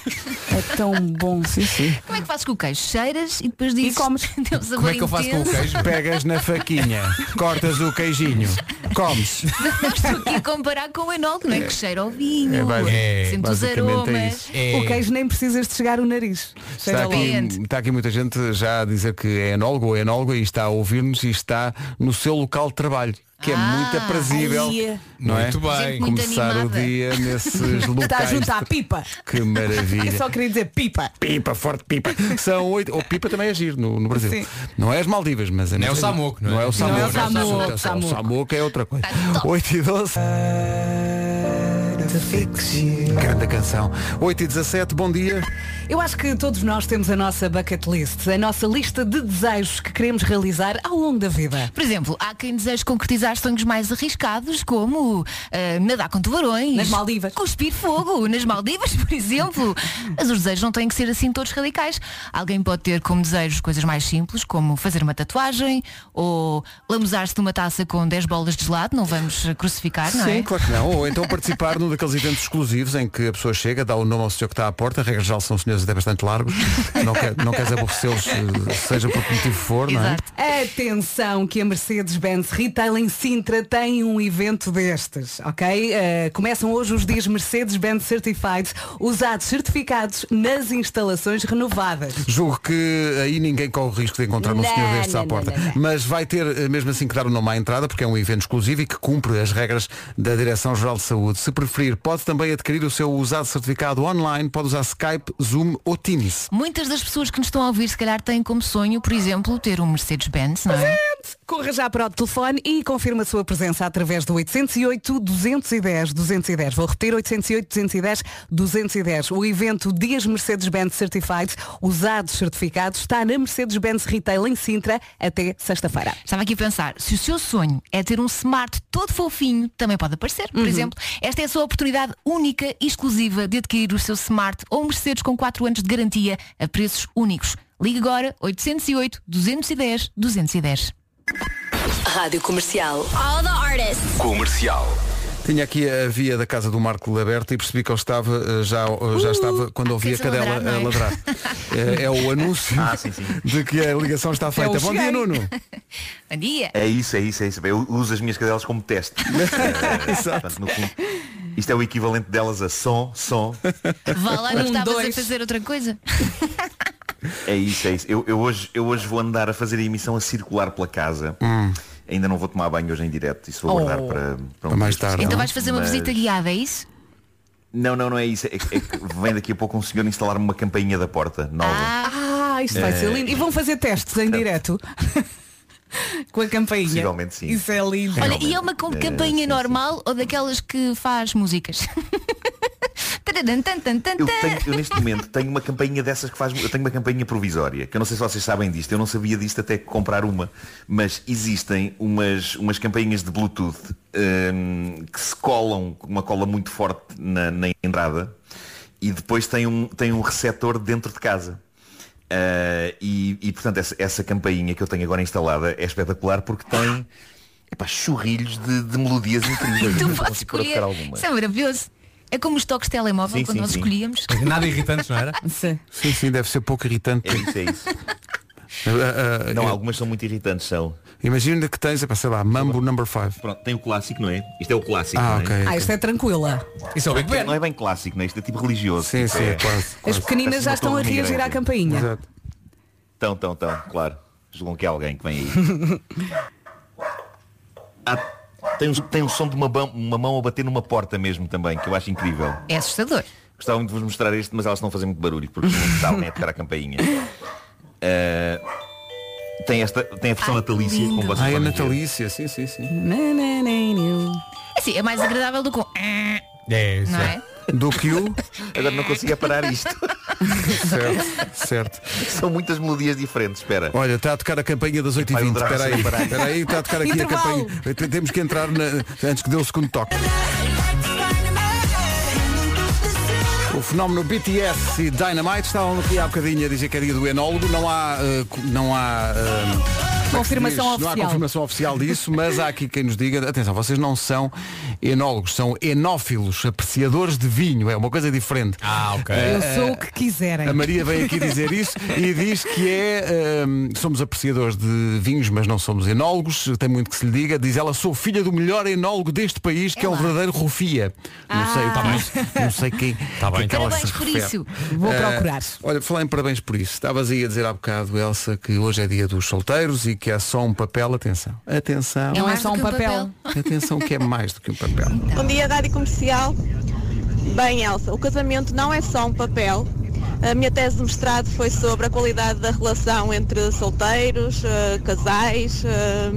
É tão bom.
Sim, sim.
Como é que fazes com o queijo? Cheiras e depois dizes. E comes.
Como é que eu faço com o queijo? Pegas na faquinha, cortas o queijinho, comes.
Não estou aqui a comparar com o enólogo, não é? Que cheira ao vinho,
É, basi- é,
sente os
basicamente é
aromas.
isso. É.
O queijo nem precisas de chegar o nariz.
Está aqui, está aqui muita gente já a dizer que é enólogo ou enóloga e está a ouvir-nos e está no seu local de trabalho, que é muito aprazível.
ai, é.
Não é?
Muito bem. Gente muito
Começar
animada.
o dia nesses locais.
Está junto à pipa.
Que maravilha.
Eu só queria dizer pipa.
Pipa, forte pipa. São oito. Ou pipa também é giro no, no Brasil.
Sim.
Não é as Maldivas, mas é
Não é o
mesmo.
Samuco, não é?
não é? o
Não
Samuco.
é o
Atenção,
Samuco,
atenção,
Samuco.
O Samuco é outra coisa. 8 e 12. Grande canção. 8 e 17, bom dia.
Eu acho que todos nós temos a nossa bucket list, a nossa lista de desejos que queremos realizar ao longo da vida.
Por exemplo, há quem deseje concretizar sonhos mais arriscados, como ah, nadar com tubarões.
Nas Maldivas.
Cuspir fogo. Nas Maldivas, por exemplo. Mas os desejos não têm que ser assim todos radicais. Alguém pode ter como desejos coisas mais simples, como fazer uma tatuagem ou lamuzar-se numa taça com 10 bolas de gelado. Não vamos ah, crucificar, não
Sim,
é?
claro que não. Ou então participar num daqueles eventos exclusivos em que a pessoa chega, dá o nome ao senhor que está à porta, regras já são senhores até bastante largos, não, quer, não queres aborrecê-los, eh, seja por que motivo for, não é?
Atenção que a Mercedes-Benz Retail em Sintra tem um evento destes, ok? Eh, começam hoje os dias Mercedes-Benz Certified, usados certificados nas instalações renovadas.
Julgo que aí ninguém corre o risco de encontrar um
Não,
senhor destes
não,
à
não,
porta.
não,
Mas vai ter eh, mesmo assim que dar o nome à entrada, porque é um evento exclusivo e que cumpre as regras da Direção-Geral de Saúde. Se preferir, pode também adquirir o seu usado certificado online, pode usar Skype, Zoom ou Teams.
Muitas das pessoas que nos estão a ouvir, se calhar, têm como sonho, por exemplo, ter um Mercedes-Benz, não é?
Presente! Corra já para o telefone e confirma a sua presença através do 808-210-210. Vou repetir, 808-210-210. O evento Dias Mercedes-Benz Certified, usados certificados, está na Mercedes-Benz Retail em Sintra até sexta-feira.
Estava aqui a pensar, se o seu sonho é ter um smart todo fofinho, também pode aparecer. Por
Uhum.
exemplo, esta é a sua oportunidade única e exclusiva de adquirir o seu smart ou um Mercedes com 4 anos de garantia a preços únicos. Ligue agora 808 210 210.
Rádio Comercial.
All the artists.
Comercial.
Tinha aqui a via da casa do Marco aberta e percebi que ele estava, eh, já, eh,
Uh,
já estava quando ouvi a
queres
cadela
ladrar, não é?
a ladrar. Eh, É, o anúncio de que a ligação
É
está feita.
o
Bom dia,
cheguei.
Nuno.
Bom dia!
É isso, é isso, é isso. Eu uso as minhas cadelas como teste. Eh, portanto, no fundo, isto é o equivalente delas a som, som.
Vá lá, não
Um,
estavas
dois.
a fazer outra coisa?
É isso, é isso. Eu, eu hoje, eu hoje vou andar a fazer a emissão a circular pela casa.
Hum.
Ainda não vou tomar banho hoje em direto. Isso
Oh.
vou guardar para, para um mais tarde.
então vais fazer uma visita guiada, é isso?
Não, não, não é isso. É, que- é que vem daqui a pouco um senhor instalar uma campainha da porta nova.
Ah, isto vai
É.
ser lindo. E vão fazer testes em direto. Ah, Com a campainha.
Possivelmente sim.
Isso é lindo.
Olha, e é uma com
Eh,
campainha normal ou daquelas que faz músicas? Taradan, tan, tan, tan,
Eu,
tan.
tenho- eu neste momento tenho uma campainha dessas que faz. Eu tenho uma campainha provisória, que eu não sei se vocês sabem disto, eu não sabia disto até comprar uma, mas existem umas, umas campainhas de Bluetooth hum, que se colam com uma cola muito forte na, na entrada e depois tem um, tem um receptor dentro de casa. Ah, e, e, portanto essa, essa campainha que eu tenho agora instalada é espetacular porque tem epá, churrilhos de, de melodias incríveis.
Tu
Não
podes
consigo pôr a
escolher.
tocar alguma.
Isso é maravilhoso. É como os toques de telemóvel
Sim,
quando
sim,
nós
sim.
escolhíamos.
Nada irritante, não é? era?
Sim.
Sim, sim, deve ser pouco irritante. Eh,
É isso, é isso. não, algumas são muito irritantes, são.
Imagina que tens, epá, sei lá, Mambo Number 5.
Pronto, tem o clássico, não é? Isto é o clássico.
Ah,
não é?
ok,
Ah, isto é tranquila.
Isso é o Big
Não é bem clássico, não é? Isto é tipo religioso.
Sim,
Tipo,
sim,
é-
quase.
As pequeninas
Parece
já
uma
estão a
torre de uma
reagir à
igreja.
campainha.
Tão, tão, tão, então, claro. Julgam que é alguém que vem aí. Ah, tem, um, tem um som de uma, bam- uma mão a bater numa porta mesmo também, que eu acho incrível.
É assustador.
Gostava muito de vos mostrar este, mas elas não fazem muito barulho, porque não estavam a tocar a campainha. Ah, tem, esta, tem a versão
Ai, que
natalícia,
lindo.
como vocês
Ah, é
podem ver.
natalícia, sim, sim, sim.
Assim, é mais agradável do que um...
É,
isso Não é?
Do que o.
Agora não conseguia parar isto.
certo, certo.
São muitas melodias diferentes, espera.
Olha, está a tocar a campanha das 8h20.
Vai,
Espera aí,
Drauzio.
espera aí, está a tocar aqui a
Intervalo.
campanha. Temos que entrar na- antes que dê o segundo toque. O fenómeno BTS e Dynamite estavam aqui há bocadinho a dizer que é dia do enólogo. Não há. eh, co- não há eh, como é que se
Confirmação
diz? Não há
oficial.
confirmação oficial disso, mas há aqui quem nos diga, atenção, vocês não são enólogos, são enófilos, apreciadores de vinho. É uma coisa diferente. Ah, ok.
Eu sou o que quiserem.
A Maria vem aqui dizer isso e diz que é hum, somos apreciadores de vinhos, mas não somos enólogos, tem muito que se lhe diga. Diz ela, sou filha do melhor enólogo deste país, que é, um verdadeiro Rufia. Não sei, tá
Ah.
não, não sei quem. Tá
bem. Parabéns por isso. Vou procurar.
Eh, olha, falar em parabéns por isso. Estavas aí a dizer há bocado, Elsa, que hoje é dia dos solteiros e que é só um papel, atenção. Atenção.
Não é só um papel.
Atenção que é mais do que um papel.
Bom dia, Rádio Comercial. Bem, Elsa, o casamento não é só um papel. A minha tese de mestrado foi sobre a qualidade da relação entre solteiros, eh, casais. eh,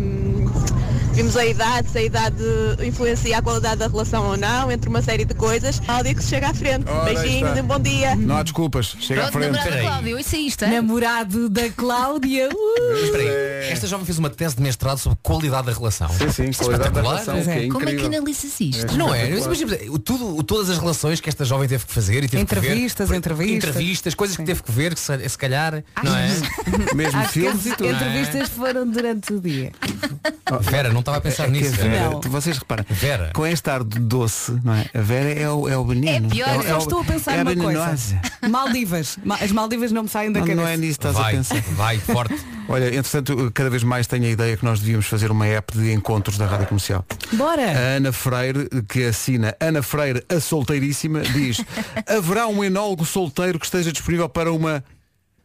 Vimos a idade, se a idade influencia a qualidade da relação ou não, entre uma série de coisas. Cláudio que se chega à frente.
Ora, aí
Beijinhos
está.
e bom dia.
Não há desculpas, chega à frente.
Cláudio, isso é isto,
Namorado da Cláudia. Uh!
Mas espera aí, esta jovem fez uma tese de mestrado sobre qualidade da relação. Sim,
sim,
qualidade da relação, que é Como é que incrível. analisas isto?
Não é?
É
Mas imagina, o- tudo, o- todas as relações que esta jovem teve que fazer e teve
Entrevistas,
que ver,
entrevistas.
entrevistas, coisas que teve que ver, que se, se calhar, não é?
Acho que as entrevistas foram durante o dia.
Não é? Vera, não estava a pensar
que a
nisso.
Vera,
Vera.
tu- vocês reparam,
É.
com este ar de doce, não é? A Vera é o, é o veneno.
É pior,
é, o- é
eu
o-
estou a pensar
é a
numa
venenosa.
coisa. Maldivas. Ma- As Maldivas não me saem da
Não,
cabeça.
não é nisso que estás
Vai,
a pensar.
vai, forte.
Olha, entretanto, cada vez mais tenho a ideia que nós devíamos fazer uma app de encontros da Rádio Comercial.
Bora!
A Ana Freire, que assina Ana Freire, a solteiríssima, diz haverá um enólogo solteiro que esteja disponível para uma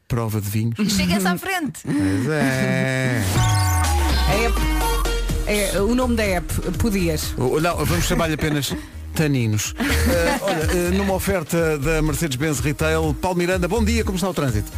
prova de vinhos?
Chega-se à frente.
Pois é.
A app- é, o nome da app, podias.
Oh, Não, vamos chamar-lhe apenas Taninos. Eh, olha, eh, numa oferta da Mercedes-Benz Retail, Paulo Miranda, bom dia, como está o trânsito?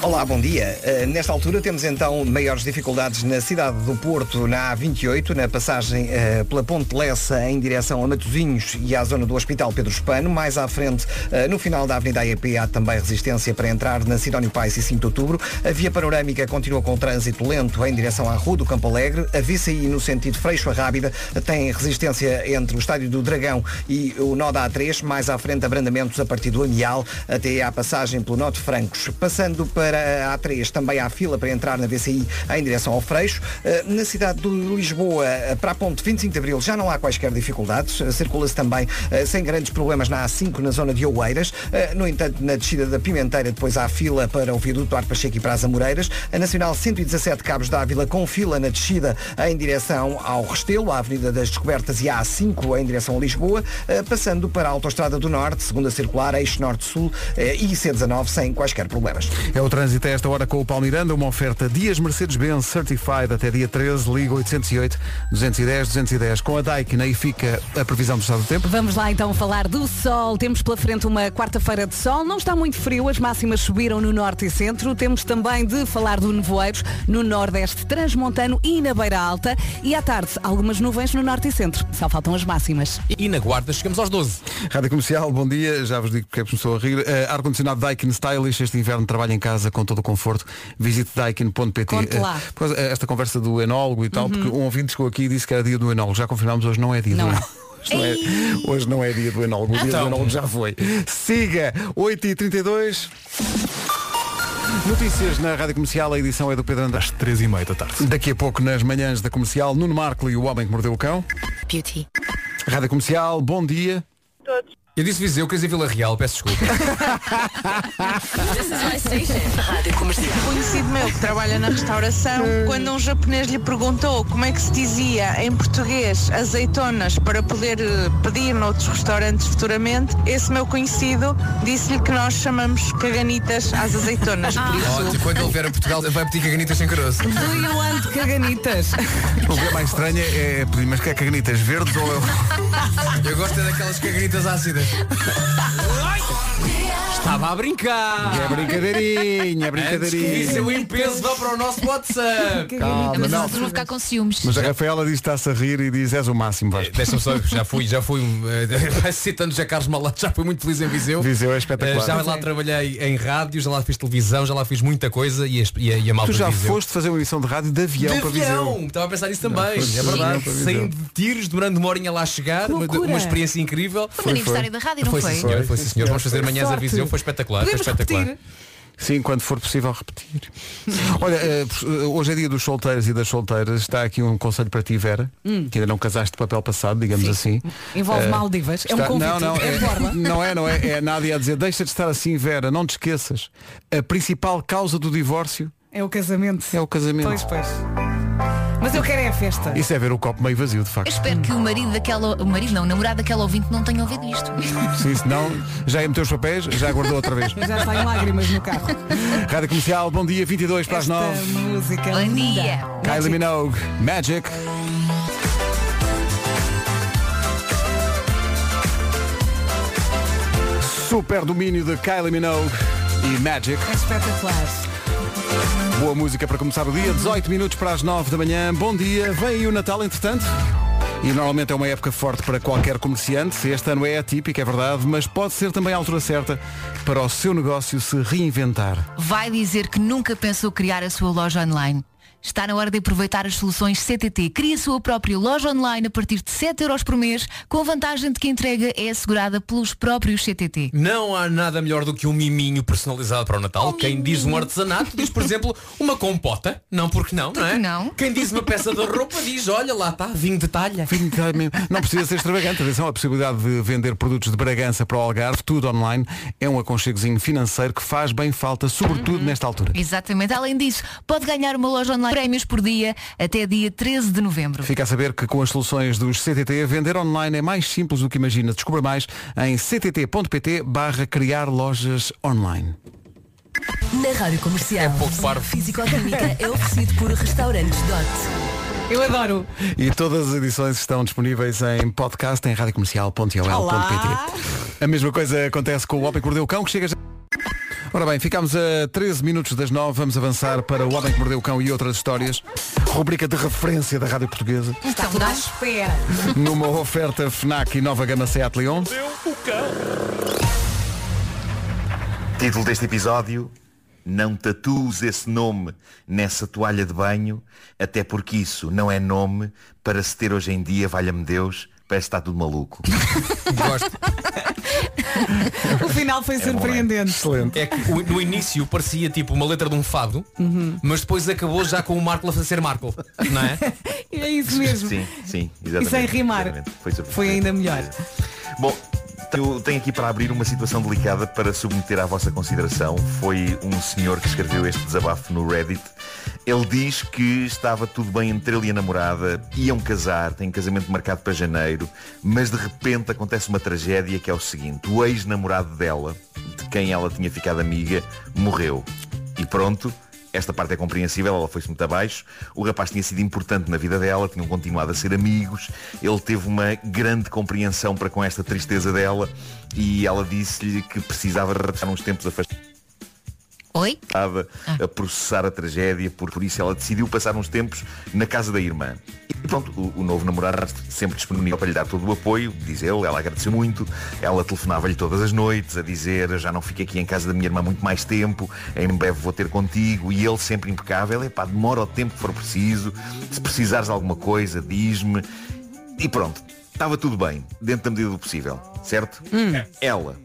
Olá, bom dia. Eh, nesta altura temos então maiores dificuldades na cidade do Porto, na A28, na passagem eh, pela Ponte Lessa em direção a Matosinhos e à zona do Hospital Pedro Espano. Mais à frente, eh, no final da Avenida AEP, há também resistência para entrar na Sidónio Pais e 5 de Outubro. A via panorâmica continua com trânsito lento em direção à Rua do Campo Alegre. A VCI no sentido Freixo a Rábida tem resistência entre o Estádio do Dragão e o nó da A3. Mais à frente, abrandamentos a partir do Amial até à passagem pelo Norte Francos. Passando para a A3, também há fila para entrar na VCI em direção ao Freixo. Eh, Na cidade de Lisboa, eh, para a ponte 25 de Abril, já não há quaisquer dificuldades. Eh, Circula-se também eh, sem grandes problemas na A5, na zona de Oeiras. Eh, No entanto, na descida da Pimenteira, depois há fila para o viaduto Duarte Pacheco e para as Amoreiras. A Nacional 117 Cabos da Ávila com fila na descida em direção ao Restelo, à Avenida das Descobertas e à A5 em direção a Lisboa, eh, passando para a Autostrada do Norte, segunda circular, eixo Norte-Sul eh, e IC19 sem quaisquer problemas.
É o trânsito a esta hora com o Paulo Miranda, uma oferta Dias Mercedes-Benz Certified até dia 13, liga 808 210 210. Com a Daikin aí fica a previsão do estado do tempo.
Vamos lá então falar do sol. Temos pela frente uma quarta-feira de sol. Não está muito frio, as máximas subiram no norte e centro. Temos também de falar do nevoeiros no nordeste transmontano e na beira alta. E à tarde, algumas nuvens no norte e centro. Só faltam as máximas.
E na guarda chegamos aos 12.
Rádio Comercial, bom dia, já vos digo porque é que começou a rir. Eh, Ar-condicionado Daikin Stylish, este inverno trabalha em casa com todo o conforto. Visite daikin.pt.
Conte lá. Uhum.
Eh, por causa- eh, esta conversa do enólogo e tal, porque um ouvinte chegou aqui e disse que era dia do enólogo. Já confirmámos, hoje não é dia do enólogo. Hoje não, é, hoje não é dia do enólogo, o dia
Então.
do enólogo já foi. Siga, 8h32. Notícias na Rádio Comercial, a edição é do Pedro Andrade. Às
3h30 da tarde.
Daqui a pouco, nas manhãs da Comercial, Nuno Marco e o Homem que Mordeu o Cão.
Beauty.
Rádio Comercial, bom dia.
Eu disse Viseu, queres ir Vila Real, peço desculpa.
This is my station. Rádio Comercial.
conhecido meu que trabalha na restauração, quando um japonês lhe perguntou como é que se dizia em português azeitonas para poder eh, pedir noutros restaurantes futuramente, esse meu conhecido disse-lhe que nós chamamos caganitas às
Ah.
azeitonas. Por isso,
Ótimo, quando ele vier a Portugal vai pedir caganitas sem caroço.
Ando caganitas.
O que é mais estranho é pedir, mas que é cagnitas verdes ou eu?
Eu gosto é daquelas cagritas ácidas. Estava a brincar.
É brincadeirinha, é brincadeirinha.
Antes que isso, o impenso vá para o nosso WhatsApp.
Calma,
mas
não.
as outras vão ficar com ciúmes.
Mas a Rafaela diz que está-se a rir e diz és o máximo, Vasco.
Eh, Deixa-me só, já fui, já fui, eh, citando já Carlos Malato, já fui muito feliz em Viseu.
Viseu é
Eh,
espetacular.
Já lá trabalhei em rádio, já lá fiz televisão, já lá fiz muita coisa e, as- e a, e a malta
tu já
de Viseu.
foste fazer uma emissão de rádio de avião,
De
para Viseu.
avião! Estava a pensar nisso
Não,
também.
foi
é
de avião
verdade.
para Viseu.
Saindo de tiros, demorando uma horinha lá a chegar, uma,
loucura.
uma experiência incrível.
Foi um no aniversário da rádio, não
Foi,
foi?
sim, senhora, foi, sim, senhor. Vamos fazer
Foi.
manhãs a
Sorte.
Viseu, foi espetacular.
Podemos
foi espetacular.
repetir?
Sim, quando for possível repetir. Olha, eh, hoje é dia dos solteiros e das solteiras. Está aqui um conselho para ti, Vera,
Hum.
que ainda não casaste de papel passado, digamos assim.
Envolve
Eh,
Maldivas. É um convite.
Não, não,
É borla.
não é, não é. É a Nádia a dizer, deixa de estar assim, Vera, não te esqueças. A principal causa do divórcio
É o casamento.
é o casamento.
Pois, pois. Mas eu quero é a festa.
Isso é ver o copo meio vazio, de
Eu
facto.
espero que o marido daquela. O marido não, o namorado daquela ouvinte não tenha ouvido isto.
Sim, senão já ia meter os papéis, já guardou outra vez.
Já está em lágrimas no carro.
Rádio Comercial, bom dia, 22 para as 9.
Música.
Bom dia.
Kylie Minogue, Magic. Super domínio de Kylie Minogue e Magic.
É espetacular.
Boa música para começar o dia, 18 minutos para as 9 da manhã. Bom dia, vem aí o Natal, entretanto. E normalmente é uma época forte para qualquer comerciante. Este ano é atípico, é verdade, mas pode ser também a altura certa para o seu negócio se reinventar.
Vai dizer que nunca pensou criar a sua loja online. Está na hora de aproveitar as soluções CTT. Crie a sua própria loja online a partir de 7 euros por mês, com a vantagem de que a entrega é assegurada pelos próprios CTT.
Não há nada melhor do que um miminho personalizado para o Natal. Quem diz um artesanato diz, por exemplo, uma compota. Não porque não, não é?
não.
Quem diz uma peça de roupa diz, olha lá está, vinho de talha.
Vinho de talha mesmo. Não precisa ser extravagante. Atenção, a possibilidade de vender produtos de Bragança para o Algarve, tudo online, é um aconchegozinho financeiro que faz bem falta, sobretudo nesta altura.
Exatamente. Além disso, pode ganhar uma loja online prémios por dia até dia 13 de novembro.
Fica a saber que com as soluções dos CTT, vender online é mais simples do que imagina. Descubra mais em ctt.pt barra criar lojas online.
Na Rádio Comercial. É pouco
parvo.
Físico-química é oferecido por Restaurantes Dot.
Eu adoro.
E todas as edições estão disponíveis em podcast em
Olá.
radiocomercial.ol.pt A mesma coisa acontece com o Homem que Mordeu o Cão, que chega... já- Ora bem, ficámos a 13 minutos das 9, vamos avançar para o Homem que Mordeu o Cão e outras histórias. Rubrica de referência da Rádio Portuguesa.
Está tudo à espera.
Numa oferta FNAC e nova gama Seat Leon.
Título deste episódio: Não tatues esse nome nessa toalha de banho, até porque isso não é nome para se ter hoje em dia, valha-me Deus, parece que está tudo maluco.
O final
É um
foi surpreendente.
É que o- no início parecia tipo uma letra de um fado,
Uhum.
mas depois acabou já com o Marco a fazer Marco, não é?
É isso mesmo.
Sim, sim, exatamente.
E sem rimar.
exatamente. Foi sobre-
é- Foi ainda melhor.
Bom, eu tenho aqui para abrir uma situação delicada para submeter à vossa consideração. Foi um senhor que escreveu este desabafo no Reddit. Ele diz que estava tudo bem entre ele e a namorada, iam casar, têm casamento marcado para janeiro, mas de repente acontece uma tragédia que é o seguinte. O ex-namorado dela, de quem ela tinha ficado amiga, morreu. E pronto, esta parte é compreensível, ela foi-se muito abaixo. O rapaz tinha sido importante na vida dela, tinham continuado a ser amigos. Ele teve uma grande compreensão para com esta tristeza dela e ela disse-lhe que precisava repassar uns tempos afastados
Oi?
estava a processar a tragédia, por, por isso ela decidiu passar uns tempos na casa da irmã. E pronto, o, o novo namorado sempre disponível para lhe dar todo o apoio, diz ele, ela agradeceu muito, ela telefonava-lhe todas as noites a dizer, "Eu já não fico aqui em casa da minha irmã muito mais tempo, em breve vou ter contigo, e ele sempre impecável, epá, demora o tempo que for preciso, se precisares de alguma coisa, diz-me, e pronto, estava tudo bem, dentro da medida do possível, certo? Ela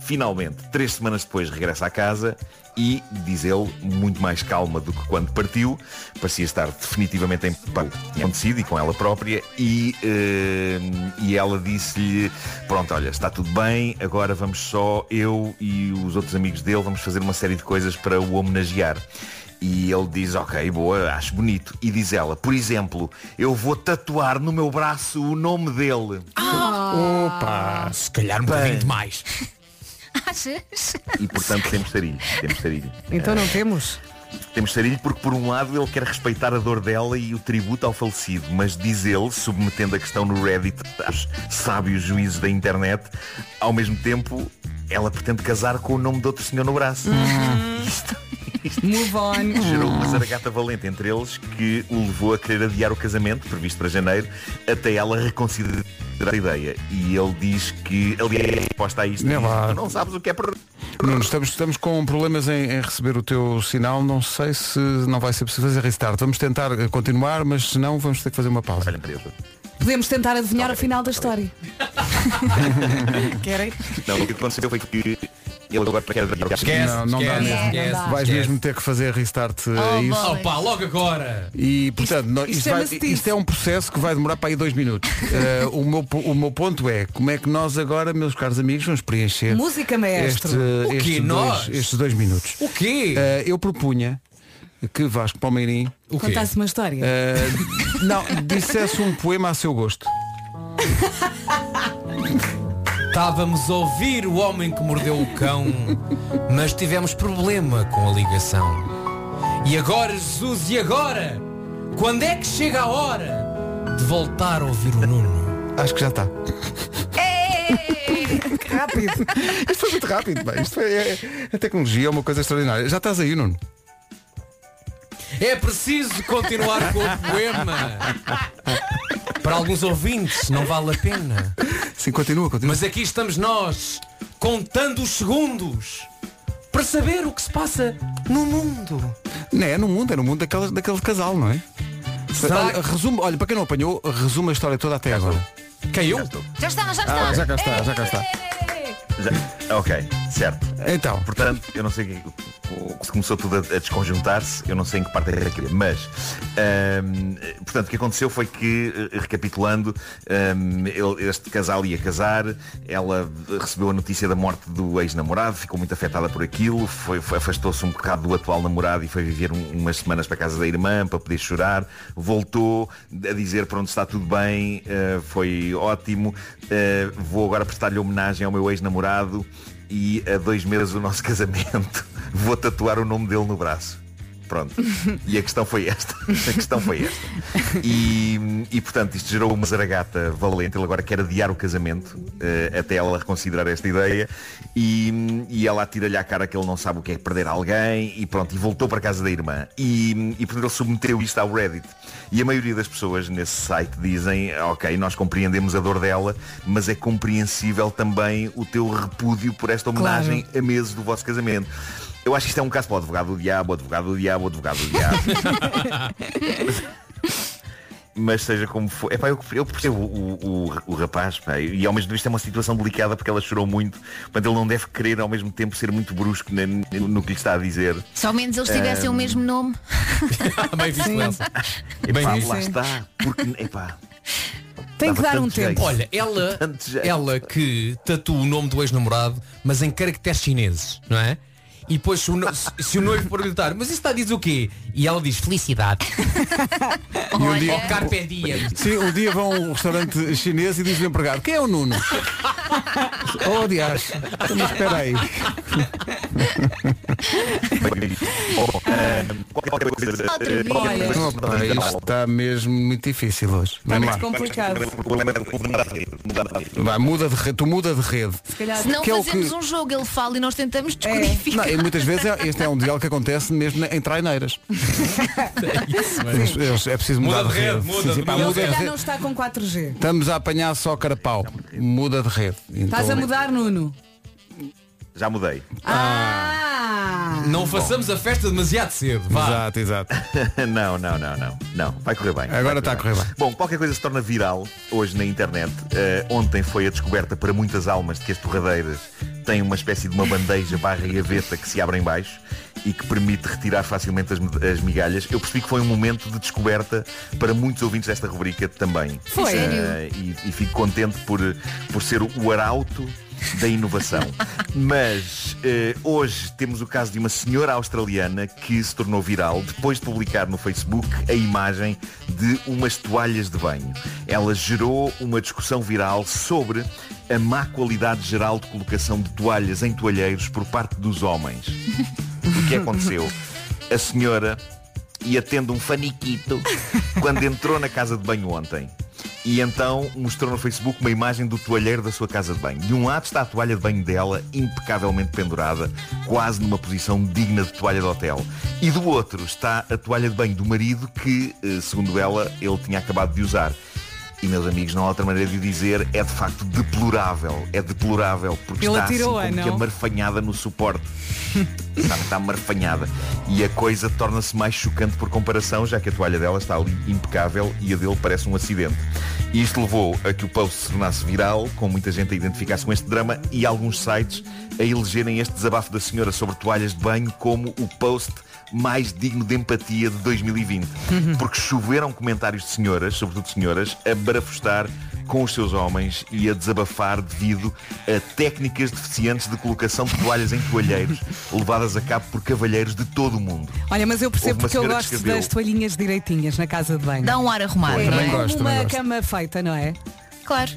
Finalmente, três semanas depois, regressa à casa e, diz ele, muito mais calma do que quando partiu, parecia estar definitivamente em pânico com o que tinha acontecido e com ela própria, e, eh, e ela disse-lhe, pronto, olha, está tudo bem, agora vamos só eu e os outros amigos dele, vamos fazer uma série de coisas para o homenagear. E ele diz, ok, boa, acho bonito. E diz ela, por exemplo, eu vou tatuar no meu braço o nome dele.
Opa!
Se calhar um
bocadinho
demais.
Achas?
E portanto temos sarilho. Temos sarilho.
Então não temos?
Temos sarilho porque, por um lado, ele quer respeitar a dor dela e o tributo ao falecido, mas diz ele, submetendo a questão no Reddit aos sábios juízes da internet, ao mesmo tempo, ela pretende casar com o nome de outro senhor no braço.
Hum.
Isto
Move on.
gerou uma zaragata valente entre eles que o levou a querer adiar o casamento, previsto para janeiro, até ela reconsiderar a ideia. E ele diz que, aliás, a resposta a isto
Não
diz,
vá.
"Tu não sabes o que é por...
Nuno, estamos, estamos com problemas em, em receber o teu sinal. Não sei se não vai ser possível fazer restart. Vamos tentar eh, continuar, mas se não, vamos ter que fazer uma pausa.
Podemos tentar adivinhar o final da história. Querem?
Não, o que aconteceu foi que ele agora quer adiar o casamento.
não, não dá mesmo.
esquece, não dá. esquece.
Vais
Oh,
mesmo ter que fazer restart eh,
Oh,
a isso.
Opa, logo agora!
E, portanto, nó- isto,
isto
vai-
chama-se
isto é um processo que vai demorar para aí dois minutos. Eh, o, meu, po- o meu ponto é como é que nós agora, meus caros amigos, vamos preencher
Música, maestro.
este-
O quê,
estes,
nós?
dois, estes dois minutos. Eh,
O quê?
eu propunha que Vasco Palmeirim
O quê? Contasse uma história.
eh, não, dissesse um poema a seu gosto.
Estávamos a ouvir o homem que mordeu o cão, mas tivemos problema com a ligação. E agora, Jesus, e agora? Quando é que chega a hora de voltar a ouvir o Nuno?
Acho que já está.
Que rápido.
Isto foi muito rápido, pá. Isto foi- é- a tecnologia é uma coisa extraordinária. Já estás aí, Nuno.
É preciso continuar com o poema. Para alguns ouvintes não vale a pena.
Sim, continua, continua.
Mas aqui estamos nós, contando os segundos, para saber o que se passa no mundo.
Não é no mundo, é no mundo daquele, daquele casal, não é?
Será
Olha, resume, olha, para quem não apanhou, resume a história toda até agora.
Caiu?
Já está, já está.
Ah, já cá está, já cá está.
Já- eh, ok, certo.
Então.
Portanto, eu não sei o- é o- se começou tudo a, a desconjuntar-se, eu não sei em que parte é que mas ahm, portanto o que aconteceu foi que, eh, recapitulando, ahm, ele- este casal ia casar, ela recebeu a notícia da morte do ex-namorado, ficou muito afetada por aquilo, foi, foi- afastou-se um bocado do atual namorado e foi viver um- umas semanas para a casa da irmã para poder chorar, voltou a dizer pronto está tudo bem, eh, foi ótimo, eh, vou agora prestar-lhe homenagem ao meu ex-namorado e a dois meses do nosso casamento vou tatuar o nome dele no braço. Pronto. E a questão foi esta. A questão foi esta. E, e, portanto, isto gerou uma zaragata valente. Ele agora quer adiar o casamento eh, até ela reconsiderar esta ideia. E, e ela atira-lhe à cara que ele não sabe o que é perder alguém. E pronto, e voltou para a casa da irmã. E, e portanto, ele submeteu isto ao Reddit. E a maioria das pessoas nesse site dizem, ok, nós compreendemos a dor dela, mas é compreensível também o teu repúdio por esta homenagem a meses do vosso casamento. Eu acho que isto é um caso para o advogado do diabo, advogado do diabo, advogado do diabo. Mas seja como for, epá, eu, eu percebo o, o, o rapaz pá, e ao mesmo tempo isto é uma situação delicada porque ela chorou muito, portanto ele não deve querer ao mesmo tempo ser muito brusco na- no que lhe está a dizer.
Se ao menos eles tivessem
Ah,
o mesmo nome.
Bem visto,
Sim.
Elsa.
Epá,
visto.
lá está, porque epá,
Tem que
Dava
dar um
tanto
tempo.
jeito. Olha, ela, ela que tatua o nome do ex-namorado, mas em caracteres chineses, não é? E depois se o, no- se- se o noivo perguntar, mas isso está a dizer o quê? E ela diz, felicidade.
E um dia-
Ou carpe diem.
Sim, um dia vão a um restaurante chinês e diz-lhe o empregado, quem é o Nuno? oh, dias. Mas espera aí.
qualquer coisa.
Outra vez. Opa, isto está mesmo muito difícil hoje.
é
Vamos lá. Vai, muda de rede, tu muda de rede.
Se não
Que é o
fazemos
que-
um jogo, ele fala e nós tentamos descodificar.
Não, e muitas vezes é- este é um diálogo que acontece mesmo na- em traineiras. Eles- eles- é preciso mudar
Muda de
de rede.
rede, muda,
Sim, sim, pá,
Ele
muda
se
de
calhar
rede.
não está com 4G.
Estamos a apanhar só carapau. Muda de rede.
Estás a
Então-
mudar, Nuno.
Já mudei.
Ah!
Não façamos a festa demasiado cedo. Vá.
Exato, exato.
não, não, não, não. Não, vai correr bem.
Agora está
tá
a correr bem.
Bom, qualquer coisa se torna viral hoje na internet. Eh, ontem foi a descoberta para muitas almas de que as torradeiras têm uma espécie de uma bandeja barra gaveta que se abre em baixo e que permite retirar facilmente as, med- as migalhas. Eu percebi que foi um momento de descoberta para muitos ouvintes desta rubrica também.
Foi.
Eh,
Sério?
e, e fico contente por, por ser o arauto da inovação. Mas eh, hoje temos o caso de uma senhora australiana que se tornou viral depois de publicar no Facebook a imagem de umas toalhas de banho. Ela gerou uma discussão viral sobre a má qualidade geral de colocação de toalhas em toalheiros por parte dos homens. O que aconteceu? a senhora ia tendo um faniquito quando entrou na casa de banho ontem. E então mostrou no Facebook uma imagem do toalheiro da sua casa de banho. De um lado está a toalha de banho dela, impecavelmente pendurada, quase numa posição digna de toalha de hotel. E do outro está a toalha de banho do marido que, eh, segundo ela, ele tinha acabado de usar. E, meus amigos, não há outra maneira de o dizer, é de facto deplorável. É deplorável, porque
Ele
está assim
atirou-a,
como que
não?
amarfanhada no suporte. está, está marfanhada. E a coisa torna-se mais chocante por comparação, já que a toalha dela está ali impecável e a dele parece um acidente. E isto levou a que o post se tornasse viral, com muita gente a identificar-se com este drama e alguns sites a elegerem este desabafo da senhora sobre toalhas de banho como o post mais digno de empatia de 2020. Porque choveram comentários de senhoras, sobretudo senhoras, a barafustar com os seus homens e a desabafar devido a técnicas deficientes de colocação de toalhas em toalheiros, levadas a cabo por cavalheiros de todo o mundo.
Olha, mas eu percebo
Houve uma
porque eu
senhora que
gosto
escreveu-
das toalhinhas direitinhas na casa de banho.
Dá um ar arrumado,
Pois, não também é? gosto,
uma
também gosto.
cama feita, não é?
Claro.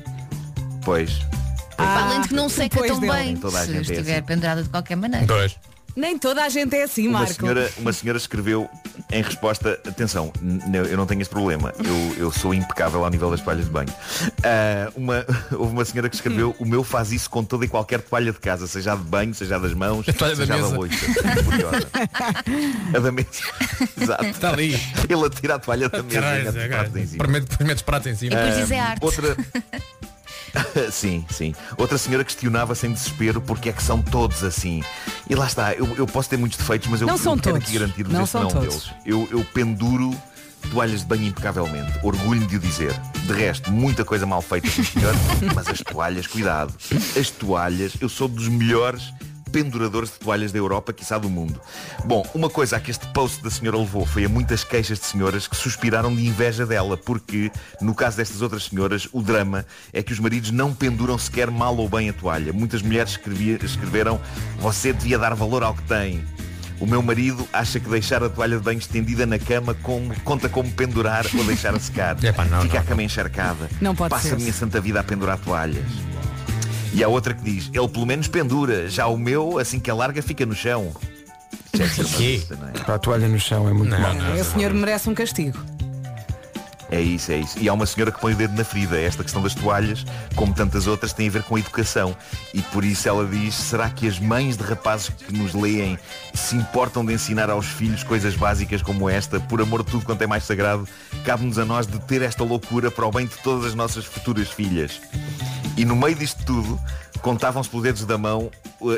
Pois,
Além de que não seca
depois
tão
dele.
bem
Toda a
se
gente é
estiver
assim.
pendurada de qualquer maneira.
Nem toda a gente é assim,
uma
Marco.
senhora, uma senhora escreveu em resposta, atenção, n- n- eu não tenho esse problema, eu, eu sou impecável ao nível das toalhas de banho. Ah, uma, houve uma senhora que escreveu, o meu faz isso com toda e qualquer toalha de casa, seja a de banho, seja a das mãos,
toalha da
seja a da
mesa.
loiça. Curiosa. A da mesa. Exato.
Está Tá ali.
Ele atira a toalha da mesa. e
Caralho,
mete os
cara,
pratos em cima.
primeiro- primeiro os pratos em cima.
Ah,
"É
Outra... sim, sim. Outra senhora questionava sem desespero porque é que são todos assim. E lá está, eu, eu posso ter muitos defeitos, mas eu,
Não
eu
são
quero
todos.
aqui garantir-vos
Não
este
são
não
todos.
deles. Eu, eu penduro toalhas de banho impecavelmente. Orgulho-me de o dizer. De resto, muita coisa mal feita, sim, senhor, mas as toalhas, cuidado. As toalhas, eu sou dos melhores penduradores de toalhas da Europa, quiçá do mundo. Bom, uma coisa a que este post da senhora levou foi a muitas queixas de senhoras que suspiraram de inveja dela, porque, no caso destas outras senhoras, o drama é que os maridos não penduram sequer mal ou bem a toalha. Muitas mulheres escrevia- escreveram, você devia dar valor ao que tem. O meu marido acha que deixar a toalha de banho estendida na cama como- conta como pendurar ou deixar a secar. Fica a cama encharcada.
Não pode
Passa
ser.
a minha santa vida a pendurar toalhas. E há outra que diz, ele pelo menos pendura, já o meu, assim que a larga, fica no chão. Já é ser uma besta, não é?
Para a toalha no chão é muito mal.
O senhor merece um castigo.
É isso, é isso. E há uma senhora que põe o dedo na ferida. Esta questão das toalhas, como tantas outras, tem a ver com a educação. E por isso ela diz, será que as mães de rapazes que nos leem se importam de ensinar aos filhos coisas básicas como esta, por amor de tudo quanto é mais sagrado, cabe-nos a nós deter esta loucura para o bem de todas as nossas futuras filhas. E no meio disto tudo, contavam-se pelos dedos da mão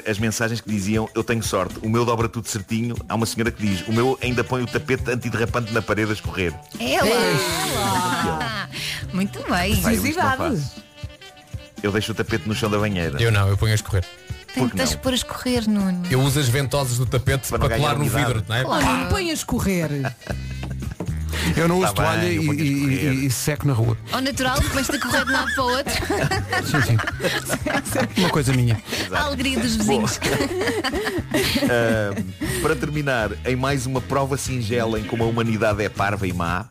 eh, as mensagens que diziam eu tenho sorte, o meu dobra tudo certinho. Há uma senhora que diz, o meu ainda põe o tapete antiderrapante na parede a escorrer.
É Ela! Ela! Muito bem.
Pá, eu isto não faço. Eu deixo o tapete no chão da banheira. Eu
não, eu ponho a escorrer.
Tem que tens que pôr a escorrer, Nuno.
Eu uso as ventosas do tapete para,
ganhar
colar no
umidade.
vidro, não é?
Claro.
Olha, e põe a escorrer.
Eu não uso
Tá bem,
toalha
eu
e,
ponho a
e- e- e seco na rua.
Ao natural, depois de correr de um lado para o outro.
Sim, sim. Uma coisa minha.
A alegria dos vizinhos.
Ahm, ah, para terminar, em mais uma prova singela em como a humanidade é parva e má,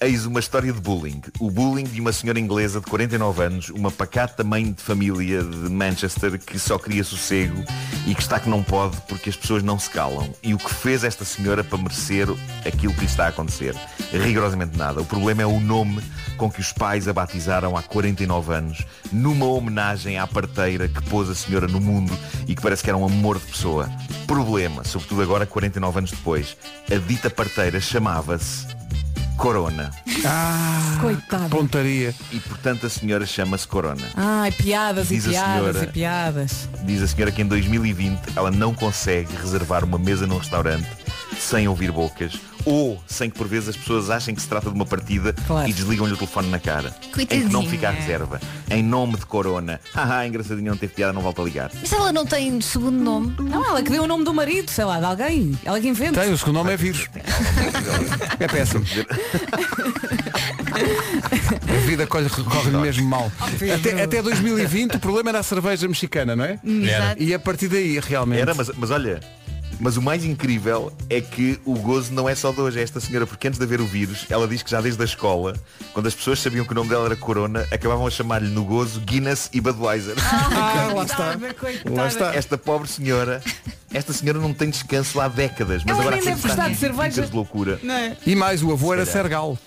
eis uma história de bullying. O bullying de uma senhora inglesa de 49 anos, uma pacata mãe de família de Manchester que só queria sossego e que está que não pode porque as pessoas não se calam. E o que fez esta senhora é para merecer aquilo que lhe está a acontecer? Rigorosamente nada. O problema é o nome com que os pais a batizaram há 49 anos, numa homenagem à parteira que pôs a senhora no mundo e que parece que era um amor de pessoa. Problema, sobretudo agora 49 anos depois, a dita parteira chamava-se Corona.
Ah,
Coitado.
Pontaria.
E portanto a senhora chama-se Corona.
Ai, piadas
Diz
e
a
piadas
senhora.
e piadas.
Diz a senhora que em 2020 ela não consegue reservar uma mesa num restaurante sem ouvir bocas ou sem que por vezes as pessoas achem que se trata de uma partida e desligam-lhe o telefone na cara. Em que não
Coitadinha.
fica a reserva. Em nome de Corona. Haha, engraçadinho, não teve piada, não volta a ligar.
Mas ela não tem segundo nome.
Não, ela que deu o nome do marido, sei lá, de alguém. Ela que inventa.
Tem, o segundo nome é vírus. É péssimo. A vida corre- corre-lhe mesmo mal.
Pedro.
Até, até 2020 o problema era a cerveja mexicana, não é?
Era.
E a partir daí, realmente.
Era, mas, mas olha, mas o mais incrível é que o gozo não é só de hoje, é esta senhora, porque antes de haver o vírus, ela diz que já desde a escola, quando as pessoas sabiam que o nome dela era Corona, acabavam a chamar-lhe no gozo Guinness e Budweiser.
Ah, lá está. Lá está.
Esta pobre senhora Esta senhora não tem descanso há décadas, mas
Ela
agora
nem
sempre
deve
está
gostar um de
em
cerveja.
picas de loucura.
Não é?
E mais, o avô era
Se calhar.
Sergal.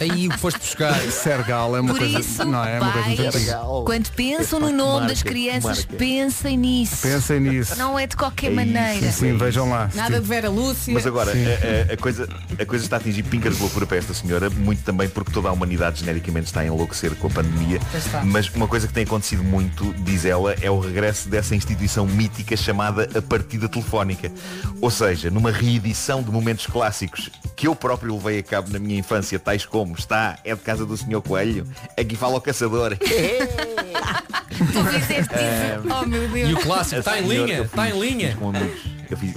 Aí foste buscar.
Sergal é uma
Por
coisa.
isso,
não é? É uma coisa muito
pais,
antiga.
quando pensam no
Epá, que
nome
marca,
das
que
crianças,
marca.
pensem nisso.
Pensem nisso.
Não é de qualquer
É isso,
maneira.
Sim, vejam lá.
Nada de Vera Lúcia.
Mas agora, é, a, a- a coisa, a coisa está a atingir pincas de loucura para esta senhora, muito também porque toda a humanidade genericamente está a enlouquecer com a pandemia.
Pois está.
Mas uma coisa que tem acontecido muito, diz ela, é o regresso dessa instituição mítica chamada a partida telefónica. Ou seja, numa reedição de momentos clássicos que eu próprio levei a cabo na minha infância, tais como está, é de casa do senhor Coelho, aqui fala o caçador. Ah,
Tu fizeste isso. Oh meu Deus.
E o clássico, tá
Está tá em
Senhor,
linha,
É eu
está
fiz-
em linha.
com amigos. Eu fiz,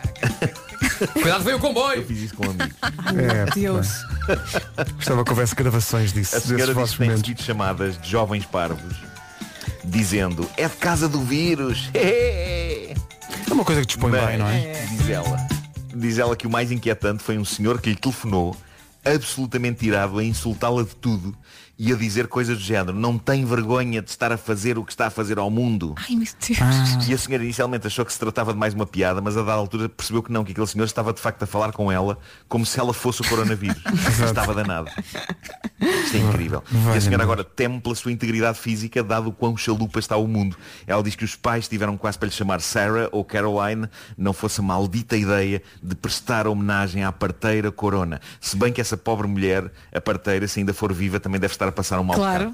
Cuidado, veio o comboio.
eu fiz isso com amigos.
É, pá. Gostava que houvesse gravações disso.
A senhora
desses
diz
vossos
que tem
momentos.
recebido chamadas de jovens parvos dizendo é de casa do vírus.
É uma coisa que dispõe bem, não é?
Diz ela. Diz ela que o mais inquietante foi um senhor que lhe telefonou absolutamente irado a insultá-la de tudo e a dizer coisas do género. Não tem vergonha de estar a fazer o que está a fazer ao mundo.
Ai meu Deus.
Ah.
E a senhora inicialmente achou que se tratava de mais uma piada, mas a dada altura percebeu que não, que aquele senhor estava de facto a falar com ela como se ela fosse o coronavírus. estava danado. Isto é incrível. e a senhora agora teme pela sua integridade física, dado o quão chalupa está o mundo. Ela diz que os pais tiveram quase para lhe chamar Sarah ou Caroline, não fosse a maldita ideia de prestar homenagem à parteira Corona. Se bem que essa pobre mulher, a parteira, se ainda for viva, também deve estar a passar um mal
Claro,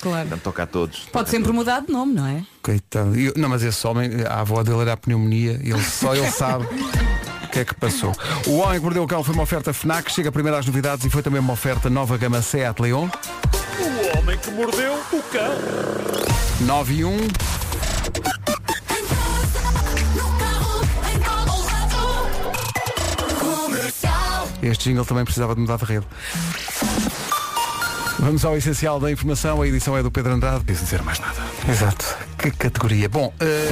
claro.
Portanto, toca a todos.
Pode sempre mudar de nome, não é?
Coitado. E- não, mas esse homem, a avó dele era a pneumonia, ele, só ele sabe o que é que passou. O Homem que Mordeu o Cão foi uma oferta FNAC, chega primeiro às novidades e foi também uma oferta nova gama Seat Leon.
O homem que mordeu o cão.
9 e 1. Este jingle também precisava de mudar de rede. Vamos ao essencial da informação, a edição é do Pedro Andrade. Não dizer mais nada. Exato. Que categoria. Bom, eh,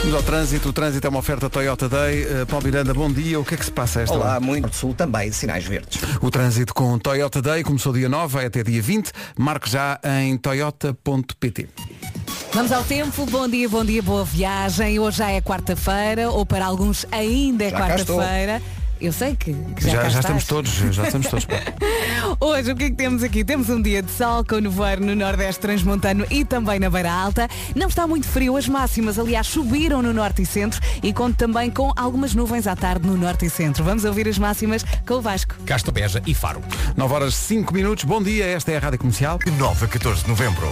vamos ao trânsito. O trânsito é uma oferta Toyota Day. Eh, Paulo Miranda, bom dia. O que é que se passa a esta hora?
Olá, muito do sul também, sinais verdes.
O trânsito com Toyota Day começou dia 9, vai até dia 20. Marque já em toyota.pt.
Vamos ao tempo, bom dia, bom dia, boa viagem. Hoje já é quarta-feira, ou para alguns ainda é
Já cá
quarta-feira. Eu sei que, que já,
Já,
cá
já
estás.
estamos todos, já estamos todos. pá.
Hoje o que é que temos aqui? Temos um dia de sol com nevoeiro no Nordeste Transmontano e também na Beira Alta. Não está muito frio, as máximas aliás subiram no Norte e Centro e conto também com algumas nuvens à tarde no Norte e Centro. Vamos ouvir as máximas com o Vasco.
Castro Beja e Faro.
9 horas 5 minutos, bom dia, esta é a Rádio Comercial.
9 a 14 de novembro.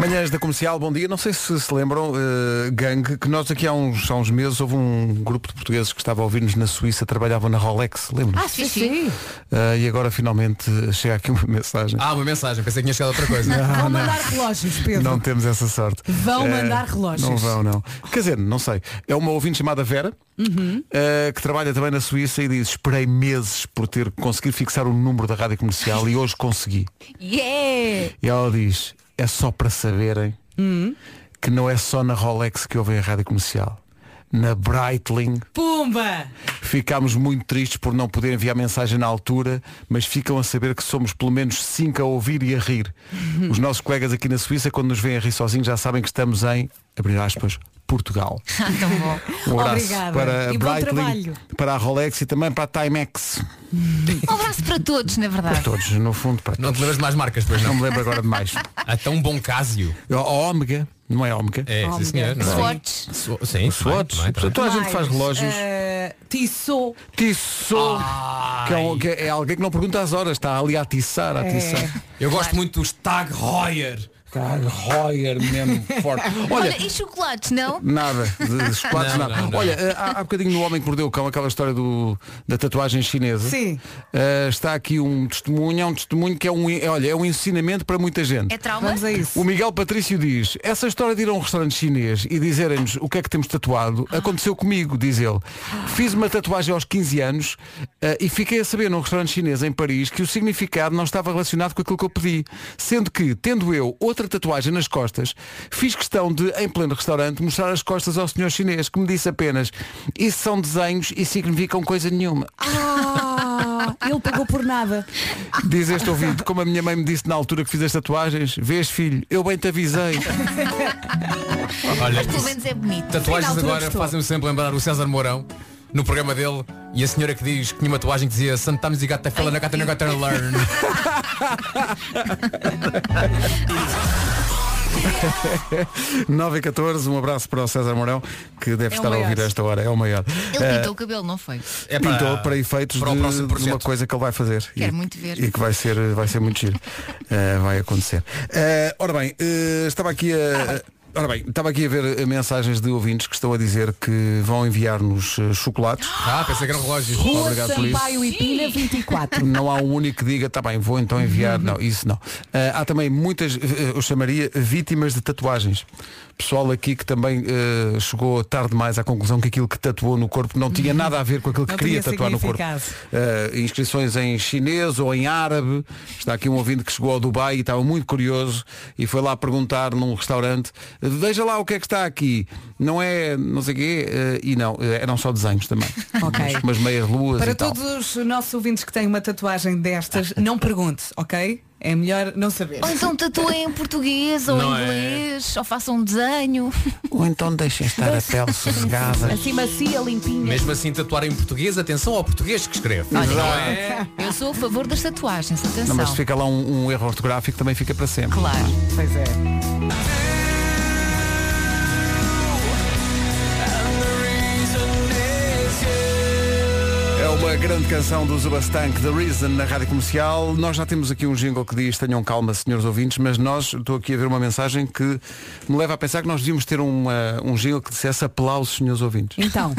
Manhãs da Comercial, bom dia. Não sei se se lembram, eh, gangue, que nós aqui há uns, há uns meses houve um grupo de portugueses que estava a ouvir-nos na Suíça, trabalhavam na Rolex, lembram?
Ah.
Ah,
Eh,
sim, sim.
e agora finalmente chega aqui uma mensagem.
Ah, uma mensagem, pensei que tinha chegado outra coisa.
Não, não.
relógios,
Não temos essa sorte.
Vão
Eh,
mandar relógios.
Não vão, não. Quer dizer, não sei. É uma ouvinte chamada Vera,
Uhum.
eh, que trabalha também na Suíça e diz, esperei meses por ter conseguido fixar o número da rádio comercial e hoje consegui.
Yeah!
E ela diz, é só para saberem que não é só na Rolex que ouvem a rádio comercial. Na Breitling
Pumba!
ficámos muito tristes por não poder enviar mensagem na altura, mas ficam a saber que somos pelo menos cinco a ouvir e a rir. Os nossos colegas aqui na Suíça, quando nos veem a rir sozinhos, já sabem que estamos em, abrir aspas, Portugal.
Tão bom.
Um abraço
Obrigada.
para a
E bom
Breitling,
trabalho.
para a Rolex e também para a Timex.
Um abraço para todos, na
Para
verdade.
todos, no fundo, para
Não te lembras de mais marcas, pois não?
Não me lembro agora de mais.
Há tão bom Casio.
A Ômega, não é Ômega?
É, sim, senhor. não é?
Swatch. Ah.
Swa- Sim,
Os Swatch.
também, também,
Toda a
também.
gente faz relógios.
eh, Tissot.
Tissot. Que é, um- que é alguém que não pergunta as horas, está ali a atiçar, a
É.
atiçar.
Eu gosto muito dos Tag Heuer.
Tag Heuer mesmo forte.
Olha,
Olha,
e chocolates, não?
nada, de de chocolates
Não,
nada.
não, não.
Olha, eh, há, há bocadinho no Homem que Mordeu o Cão, aquela história do, da tatuagem chinesa.
Sim.
Eh, está aqui um testemunho, é um testemunho que é um, é, olha, é um ensinamento para muita gente.
É trauma? Vamos
a isso.
O Miguel Patrício diz, essa história de ir a um restaurante chinês e dizerem-nos o que é que temos tatuado,
Ah.
aconteceu comigo, diz ele. Fiz uma tatuagem aos 15 anos eh, e fiquei a saber num restaurante chinês em Paris que o significado não estava relacionado com aquilo que eu pedi. Sendo que, tendo eu outra tatuagem nas costas, fiz questão de, em pleno restaurante, mostrar as costas ao senhor chinês, que me disse apenas, isso são desenhos e significam coisa nenhuma.
Ah, Ah, ele pagou por nada.
Diz este ouvido, como a minha mãe me disse na altura que fiz as tatuagens, vês filho, eu bem te avisei.
Olha,
Mas pelo
isso-
menos é bonito.
Tatuagens
Afinal,
agora
tu gostou.
fazem-me sempre lembrar o César Mourão no programa dele e a senhora que diz que tinha uma tatuagem que dizia Sometimes you got to fail and I got to- got to learn.
É. 9 e 14, um abraço para o César Mourão, que deve
É o
estar a
maior.
ouvir a esta hora, é o maior.
Ele
Eh, é
pintou o cabelo, não foi?
pintou para efeitos de, de uma coisa que ele vai fazer.
Quero muito ver.
E que vai ser, vai ser muito giro. Eh, vai acontecer. Eh, ora bem, eh, estava aqui a. Ora bem, estava aqui a ver eh, mensagens de ouvintes que estão a dizer que vão enviar-nos eh, chocolates.
Ah, pensei que eram relógios.
Rua
Obrigado por isso.
Sampaio e Pina 24.
Não há um único que diga, tá bem, vou então enviar.
Uhum.
Não, isso não. Ah, há também muitas, eh, eu chamaria vítimas de tatuagens. Pessoal aqui que também eh, chegou tarde demais à conclusão que aquilo que tatuou no corpo não tinha nada a ver com aquilo que
Não
queria
tinha
tatuar no corpo. Eh, inscrições em chinês ou em árabe. Está aqui um ouvinte que chegou ao Dubai e estava muito curioso e foi lá perguntar num restaurante, veja lá o que é que está aqui. Não é não sei o quê, eh, e não, eh, eram só desenhos também.
Ok.
Umas- Umas meias luas
Para
e tal.
todos os nossos ouvintes que têm uma tatuagem destas, não pergunte, ok? É melhor não saber.
Ou então tatuem em português ou
Não
em
é?
inglês, ou façam um desenho.
Ou então deixem estar a pele sossegada.
Assim macia, limpinha.
Mesmo assim tatuar em português, atenção ao português que escreve.
Olha,
Não é?
Eu sou a favor das tatuagens, atenção.
Não, mas se fica lá um, um erro ortográfico também fica para sempre.
Claro.
Pois é.
É uma grande canção do Zubastank, The Reason, na Rádio Comercial. Nós já temos aqui um jingle que diz tenham calma, senhores ouvintes, mas nós, estou aqui a ver uma mensagem que me leva a pensar que nós devíamos ter uma- um jingle que dissesse aplausos, senhores ouvintes.
Então,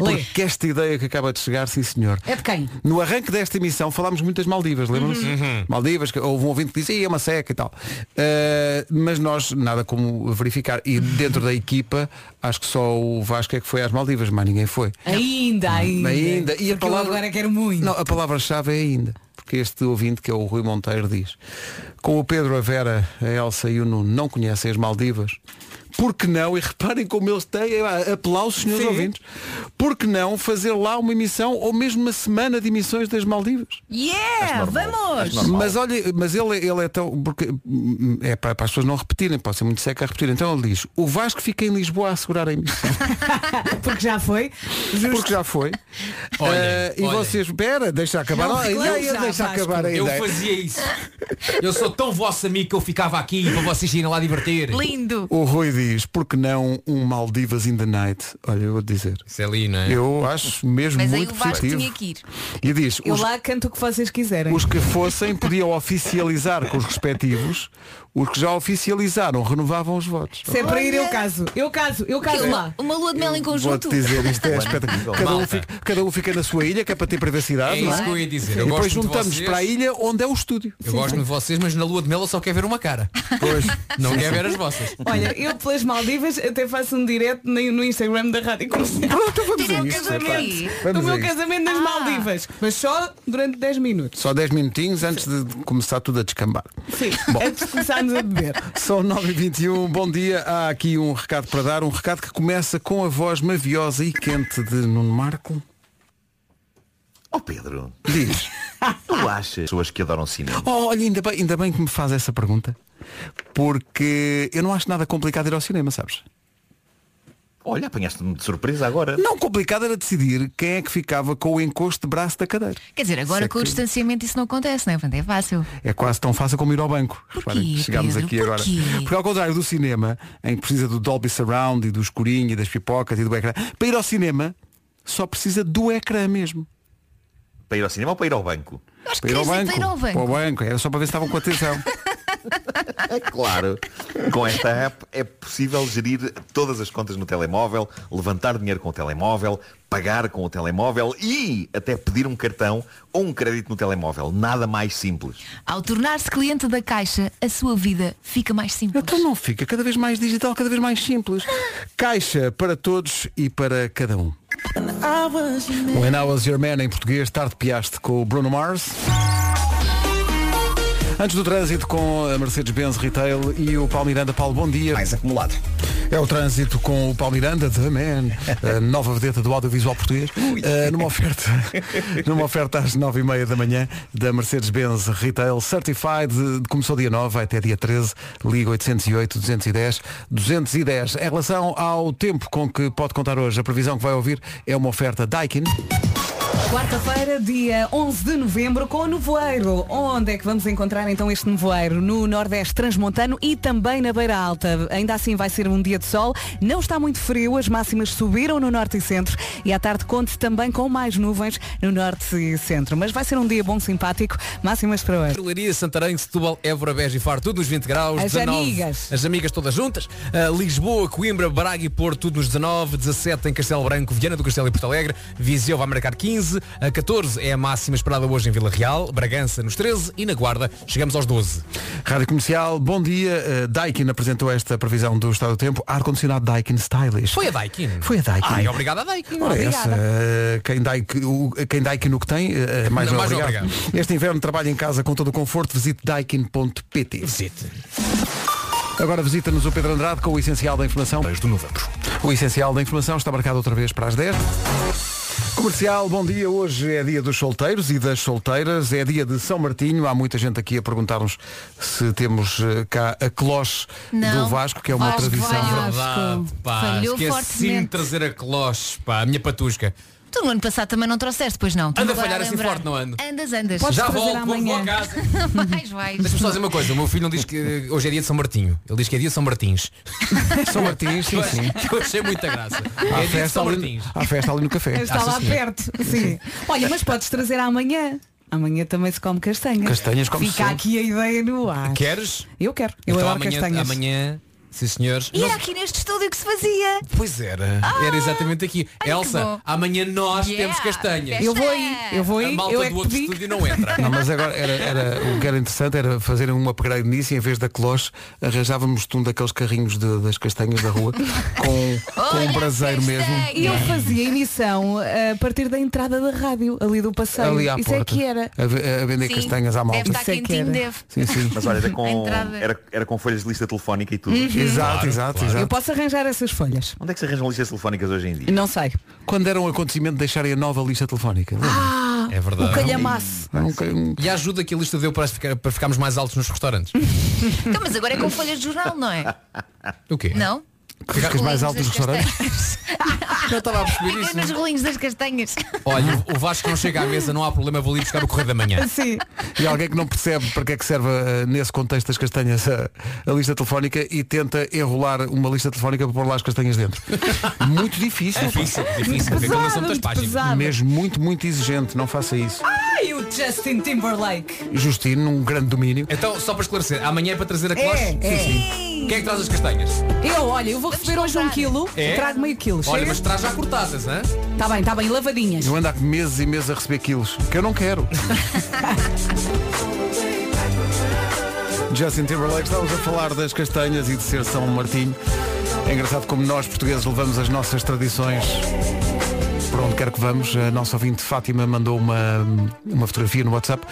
lê.
Porque esta ideia que acaba de chegar, sim senhor.
É de quem?
No arranque desta emissão falámos muito das Maldivas, lembram-se? Maldivas, que houve um ouvinte que disse, "Ih, é uma seca e tal. Uh, mas nós, nada como verificar. E dentro da equipa, acho que só o Vasco é que foi às Maldivas, mas ninguém foi.
Ainda, ainda.
Ainda.
E a palavra... eu agora quero muito.
Não, a palavra-chave é ainda. Porque este ouvinte, que é o Rui Monteiro, diz Com o Pedro, a Vera, a Elsa e o Nuno não conhecem as Maldivas Porque não, e reparem como eles têm eh, Aplausos, senhores
Sim.
ouvintes Porque não fazer lá uma emissão Ou mesmo uma semana de emissões das Maldivas
Yeah! Vamos!
mas olha, mas ele, ele é tão. Porque hum, é para, para as pessoas não repetirem, pode ser muito seca a repetir. Então ele diz, o Vasco fica em Lisboa a assegurar a emissão.
Porque já foi. Justo.
Porque já foi.
Olhem,
Eh, e
olhem.
vocês, espera, deixa acabar.
Não
a
reclame
ideia,
já,
deixa
Vasco.
acabar a
Eu
ideia.
fazia isso. Eu sou tão vosso amigo que eu ficava aqui para vocês irem lá divertir.
Lindo!
O Rui diz, porque não um Maldivas in the night? Olha, eu vou dizer.
Isso é ali, não é?
Eu acho mesmo
Mas aí
muito
o Vasco
positivo.
tinha que ir.
E diz,
Eu
os,
lá canto o que vocês quiserem.
os que fossem podiam oficializar com os respectivos, os que já oficializaram renovavam os votos.
Se é para ir, eu caso. Eu caso, eu caso
Que-
lá.
Uma lua de mel em conjunto.
Vou-te dizer, isto é espetacular. Cada um,
Malta.
fica, cada um fica na sua ilha, que é para ter privacidade.
É isso
não é?
que eu ia dizer.
E
Eu
depois
gosto muito de
juntamos
vocês.
para a ilha onde é o estúdio.
Eu gosto de vocês, mas na lua de mel eu só quero ver uma cara.
Pois.
Não quero ver as vossas.
Olha, eu pelas Maldivas até faço um direto no no Instagram da Rádio Comercial.
Pronto, vamos a
Tirei o
isto.
casamento. Ah.
Do
epá. Vamos a
meu
isto.
casamento nas Maldivas. Mas só durante 10 minutos.
Só 10 minutinhos antes de começar tudo a descambar.
Sim,
Bom.
antes de começarmos a beber.
São 9h21, bom dia. Há aqui um recado para dar, um recado que começa com a voz maviosa e quente de Nuno Marco.
Oh Pedro,
Diz.
tu achas pessoas que adoram cinema?
Oh, olha, ainda bem, ainda bem que me faz essa pergunta. Porque eu não acho nada complicado ir ao cinema, sabes?
Olha, apanhaste-me de surpresa agora.
Não complicado era decidir quem é que ficava com o encosto de braço da cadeira.
Quer dizer,
Isso
agora
é
com o
que-
distanciamento isso não acontece, não é? Portanto, É fácil.
É quase tão fácil como ir ao banco. Reparem que chegámos
Pedro?
aqui
Porquê?
agora. Porque ao contrário do cinema, em que precisa do Dolby Surround e do escurinho e das pipocas e do ecrã, para ir ao cinema só precisa do ecrã mesmo.
Para ir ao cinema ou para ir ao banco?
Eu acho que
Para ir ao
querias dizer
banco.
para ir ao
Para o
banco.
banco. Era só para ver se estavam com atenção. É
Claro, com esta app é possível gerir todas as contas no telemóvel, levantar dinheiro com o telemóvel, pagar com o telemóvel e até pedir um cartão ou um crédito no telemóvel. Nada mais simples.
Ao tornar-se cliente da Caixa, a sua vida fica mais simples.
Então não fica cada vez mais digital, cada vez mais simples. Caixa para todos e para cada um. When I Was Your Man em português, tarde piaste com o Bruno Mars. Antes do trânsito com a Mercedes-Benz Retail e o Paulo Miranda. Paulo, bom dia.
Mais acumulado.
É o trânsito com o Paulo Miranda, The Man, a nova vedeta do audiovisual português, eh, numa oferta, numa oferta às 9h30 da manhã da Mercedes-Benz Retail Certified, eh, começou dia 9, vai até dia 13, liga 808-210-210. Em relação ao tempo com que pode contar hoje, a previsão que vai ouvir é uma oferta Daikin.
Quarta-feira, dia 11 de novembro, com o nevoeiro. Onde é que vamos encontrar então este nevoeiro? No Nordeste Transmontano e também na Beira Alta. Ainda assim vai ser um dia de sol. Não está muito frio, as máximas subiram no Norte e Centro. E à tarde conte também com mais nuvens no Norte e Centro. Mas vai ser um dia bom, simpático. Máximas para hoje.
Leiria, Santarém, Setúbal, Évora, Beja e Faro, tudo nos 20 graus.
As amigas.
As amigas todas juntas. Uh, Lisboa, Coimbra, Braga e Porto, tudo nos 19. 17 em Castelo Branco, Viana do Castelo e Porto Alegre. Viseu vai marcar 15. A 14 é a máxima esperada hoje em Vila Real. Bragança nos 13 e na Guarda chegamos aos 12.
Rádio Comercial, bom dia. Eh, Daikin apresentou esta previsão do estado do tempo. Ar-condicionado Daikin Stylish.
Foi a Daikin?
Foi a Daikin.
Ai, obrigado à Daikin.
Ora, essa, eh, quem, dá, o, quem Daikin o que tem, eh, mais
Não,
não é
mais não é
obrigado. Este inverno trabalha em casa com todo o conforto. Visite daikin.pt.
Visite.
Agora visita-nos o Pedro Andrade com o essencial da informação.
do novembro.
O essencial da informação está marcado outra vez para as 10. Comercial, bom dia. Hoje é dia dos solteiros e das solteiras. É dia de São Martinho. Há muita gente aqui a perguntar-nos se temos eh, cá a cloche
Não.
do Vasco, que é uma
Vasco,
tradição.
Vasco.
Verdade, pá.
Falhou
Esqueci
fortemente.
de trazer a cloche, pá. A minha patusca.
Tu no ano passado também não trouxeste, pois não? Tu
Anda a
agora
falhar assim
lembrar.
forte, não ando?
Andas, andas.
Podes Já trazer volto, vou- amanhã. vou a casa.
vais, vais.
Deixa-me só dizer uma coisa, o meu filho não diz que hoje é dia de São Martinho, ele diz que é dia de São Martins.
São Martins, sim, sim.
Eu achei muita graça.
Há
é dia de
festa
São
ali-
Martins.
Há festa ali no café. Ah,
Está lá perto. Sim. Olha, mas podes trazer amanhã. Amanhã também se come castanhas.
Castanhas come-se
Fica
sempre.
aqui a ideia no ar.
Queres?
Eu quero. Eu
então
adoro
amanhã,
castanhas.
amanhã, sim senhores.
E
Não-
era aqui neste estúdio que se fazia.
é.
Pois era, era exatamente aqui.
bom.
Elsa, amanhã nós
Yeah,
temos castanhas.
Eu vou aí, eu vou aí,
A malta
eu é
do
que
outro
pedi.
estúdio não entra.
Não, mas agora era, era- o que era interessante era fazerem um upgrade nisso e em vez da cloche arranjávamos-te um daqueles carrinhos de- das castanhas da rua com, com um braseiro mesmo.
é. E eu fazia emissão eh, a partir da entrada da rádio, ali do passeio.
Ali à
Isso
porta.
é que era.
A, ve- a vender
Sim,
castanhas à malta.
deve estar Isso é que quentinho, era. deve.
Sim, sim.
Mas olha, era com,
entrada.
era, era com folhas de lista telefónica e tudo.
Uhum.
Exato, exato,
Eu
exato.
posso arranjar essas folhas.
Onde é que se arranjam listas telefónicas hoje em dia?
Não sei.
Quando era um acontecimento deixarem a nova lista telefónica. É um
Ah,
É verdade.
O calhamaço.
E a ajuda que a lista deu para, ficar- para ficarmos mais altos nos restaurantes.
Então, mas agora é com folhas de jornal, não é?
O quê?
Não?
Ficas mais alto
altos
nos restaurantes? Eu estava a perceber
Fica nos
isso.
rolinhos das castanhas.
Olha, o Vasco não chega à mesa, não há problema, vou ali buscar o correio da manhã.
Sim.
E alguém que não percebe para que é que serve eh, nesse contexto das castanhas a, a lista telefónica e tenta enrolar uma lista telefónica para pôr lá as castanhas dentro. Muito difícil.
É Difícil, difícil, porque aquilo não são muitas
muito
páginas.
pesado.
Mesmo muito, muito exigente, não faça isso.
Ai, o Justin Timberlake.
Justino, num grande domínio.
Então, só para esclarecer, amanhã é para trazer a
É,
cloche?
é.
Quem é que traz as castanhas?
Eu, olha, eu vou receber hoje um quilo.
É?
Trago meio quilo.
Olha,
chega?
mas traz já cortadas, hã?
Tá bem, tá bem, lavadinhas.
Eu ando há meses e meses a receber quilos, que eu não quero. Justin Timberlake, estávamos a falar das castanhas e de ser São Martinho. É engraçado como nós, portugueses, levamos as nossas tradições para onde quer que vamos. A nossa ouvinte Fátima mandou uma, uma fotografia no WhatsApp.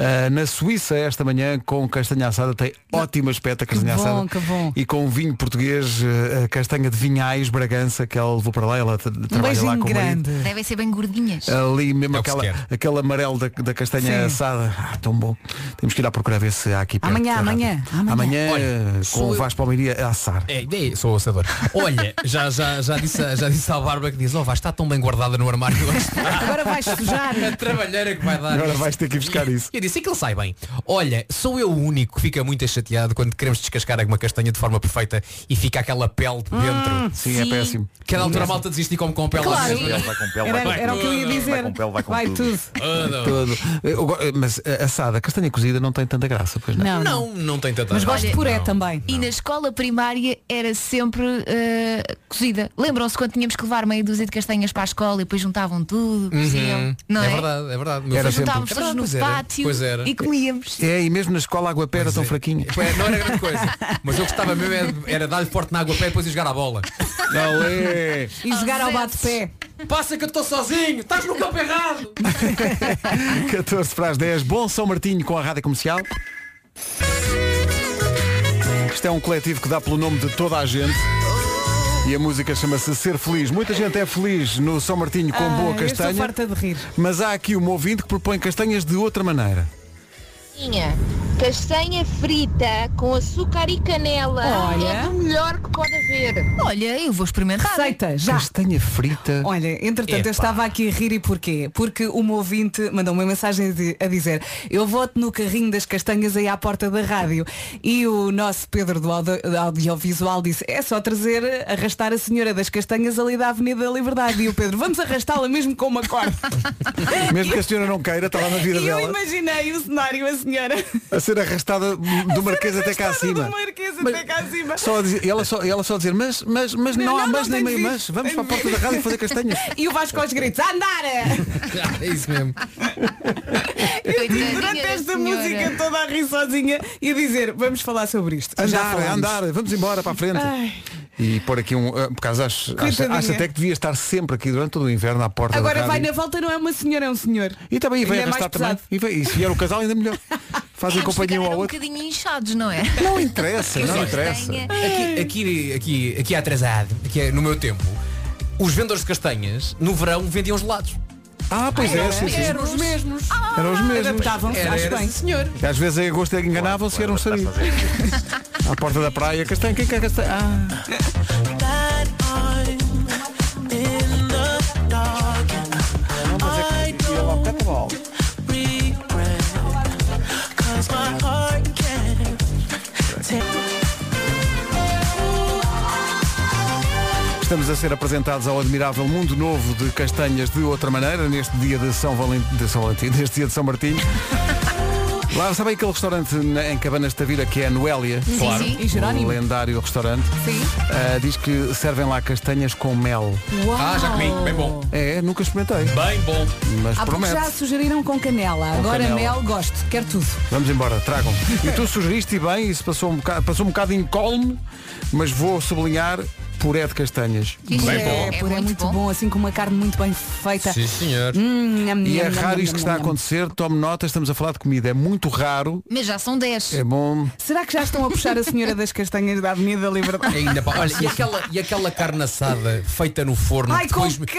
Ah, na Suíça, esta manhã, com castanha assada, tem ótimo aspecto a castanha
bom,
assada.
que
Um
bom.
E com vinho português, eh, a castanha de Vinhais, Bragança, que ela levou para lá, ela tra- trabalha lá
beijinho
com o marido.
grande.
Devem ser bem gordinhas.
Ali mesmo
É o que
aquela,
se
aquele amarelo da, da castanha
Sim.
assada. Ah, tão bom. Temos que ir lá procurar ver se há aqui perto.
Amanhã,
da rádio.
amanhã, amanhã.
Olha,
eh, com
sou
o
eu.
Vasco Palmeiria a assar.
É, é, sou assador. Olha, já, já, já, disse, a- já disse à Bárbara que diz, oh, vai estar tão bem guardada no armário hoje.
Agora vais sujar.
A trabalheira que vai dar.
Agora vais ter que ir buscar isso.
Eu disse, aquilo sai bem. Olha, sou eu o único que fica muito chateado quando queremos descascar alguma castanha de forma perfeita e fica aquela pele de dentro.
sim, é Sim. péssimo.
Cada altura a
Péssimo.
malta desiste e come com pele
Claro.
assim.
Vai com pele, vai Era- com era o que eu ia tudo. dizer. Vai com pele, vai com Vai tudo. tudo.
Tudo.
Todo. Eu go- eh, Mas eh, assada, castanha cozida não tem tanta graça, pois não?
Não, não, não tem tanta
Olha,
Não.
E na escola primária era sempre eh, cozida. Lembram-se quando tínhamos que levar meia dúzia de castanhas para a escola e depois juntavam tudo,
Uhum.
coziam. Não é?
É verdade, é verdade. Meu
Era
filho-
Juntávamos
É
todos
verdade,
no
pois era,
pátio
pois era.
e comíamos.
É, e mesmo na escola a água pera tão fraquinha.
Pois, é. Não era grande coisa. Mas eu gostava mesmo era, era dar-lhe forte na água pé e depois ir jogar a bola.
Não é.
E jogar ao bate-pé.
Passa que eu estou sozinho, estás no campo errado.
14 para as 10. Bom São Martinho com a Rádio Comercial. Isto é um coletivo que dá pelo nome de toda a gente. E a música chama-se Ser Feliz. Muita gente é feliz no São Martinho com boa
eu estou
castanha.
farta de rir.
Mas há aqui um ouvinte que propõe castanhas de outra maneira.
Castanha. Castanha frita com açúcar e canela é do melhor que pode haver.
Olha, eu vou experimentar.
Receita, já.
Castanha frita.
Olha, entretanto,
Epá.
eu estava aqui a rir e porquê? Porque uma ouvinte mandou uma mensagem de- a dizer eu voto no carrinho das castanhas aí à porta da rádio. E o nosso Pedro do audio- do audiovisual disse é só trazer, arrastar a senhora das castanhas ali da Avenida da Liberdade. E o Pedro, vamos arrastá-la mesmo com uma corda.
Mesmo que a senhora não queira, está lá na vida
e eu
dela.
imaginei o cenário, a senhora.
A ser arrastada do Marquês até cá acima.
Marquesa até cá acima.
Só a dizer- ela, só, ela só a dizer, mas, mas, mas não, há mas nem
tenho
meio
visto.
mas. Vamos para a porta da rádio fazer castanhas.
E o Vasco aos gritos, andar!
é isso mesmo.
Durante esta música toda a rir sozinha e a dizer, vamos falar sobre isto. Já
Andar,
falamos.
andar, vamos embora para a frente.
Ai.
E pôr aqui um. ah, Por causa acho, acho,
Coitadinha.
acho até que devia estar sempre aqui durante todo o inverno à porta
Agora
da
vai
rádio.
na volta, não é uma senhora, é um senhor.
E também e vem
Ainda é mais
arrastar também.
pesado.
E, vem, e se vier o casal ainda melhor. Fazem
Vamos
companhia um
ficar
ao
um
outro.
bocadinho inchados, não é?
Não interessa, não interessa.
Aqui, aqui, aqui, aqui atrasado, aqui é no meu tempo, os vendedores de castanhas, no verão, vendiam gelados.
Ah, pois é, sim, sim.
Eram os mesmos.
Eram os mesmos.
Adaptavam-se,
Era,
acho
era,
bem.
sim, senhor.
E às vezes em agosto é que enganavam-se e eram saídos. À porta da praia, castanho, quem quer castanho? Ah. Estamos a ser apresentados ao admirável mundo novo de castanhas de outra maneira, neste dia de São Valentim, de São Valentim, neste dia de São Martinho. Lá sabem aquele restaurante na- em Cabanas de Tavira que é a Noélia?
Sim, Claro. sim. E Jerónimo.
Um lendário restaurante.
Sim.
Ah, diz que servem lá castanhas com mel.
Uau. Ah, já comi. Bem
bom.
É, nunca experimentei.
Bem bom.
Mas
Há pouco
promete.
Ah, já sugeriram com canela.
Com
Agora
canela.
mel, gosto. Quero tudo.
Vamos embora, tragam. E tu sugeriste e bem, isso passou um bocado, passou um bocado incólume, mas vou sublinhar puré de castanhas.
Isto é, puré muito, bom. assim com uma carne muito bem feita.
Sim, senhor.
Hum, nham,
E é
nham, nham,
raro
nham,
isto que está a
nham, nham.
acontecer, tome nota, estamos a falar de comida, é muito raro.
Mas já são 10.
É bom.
Será que já estão a puxar a senhora das castanhas da Avenida da Liberdade?
Ainda pá. Olha, e aquela, e aquela carne assada feita no forno,
Ai, com
depois comete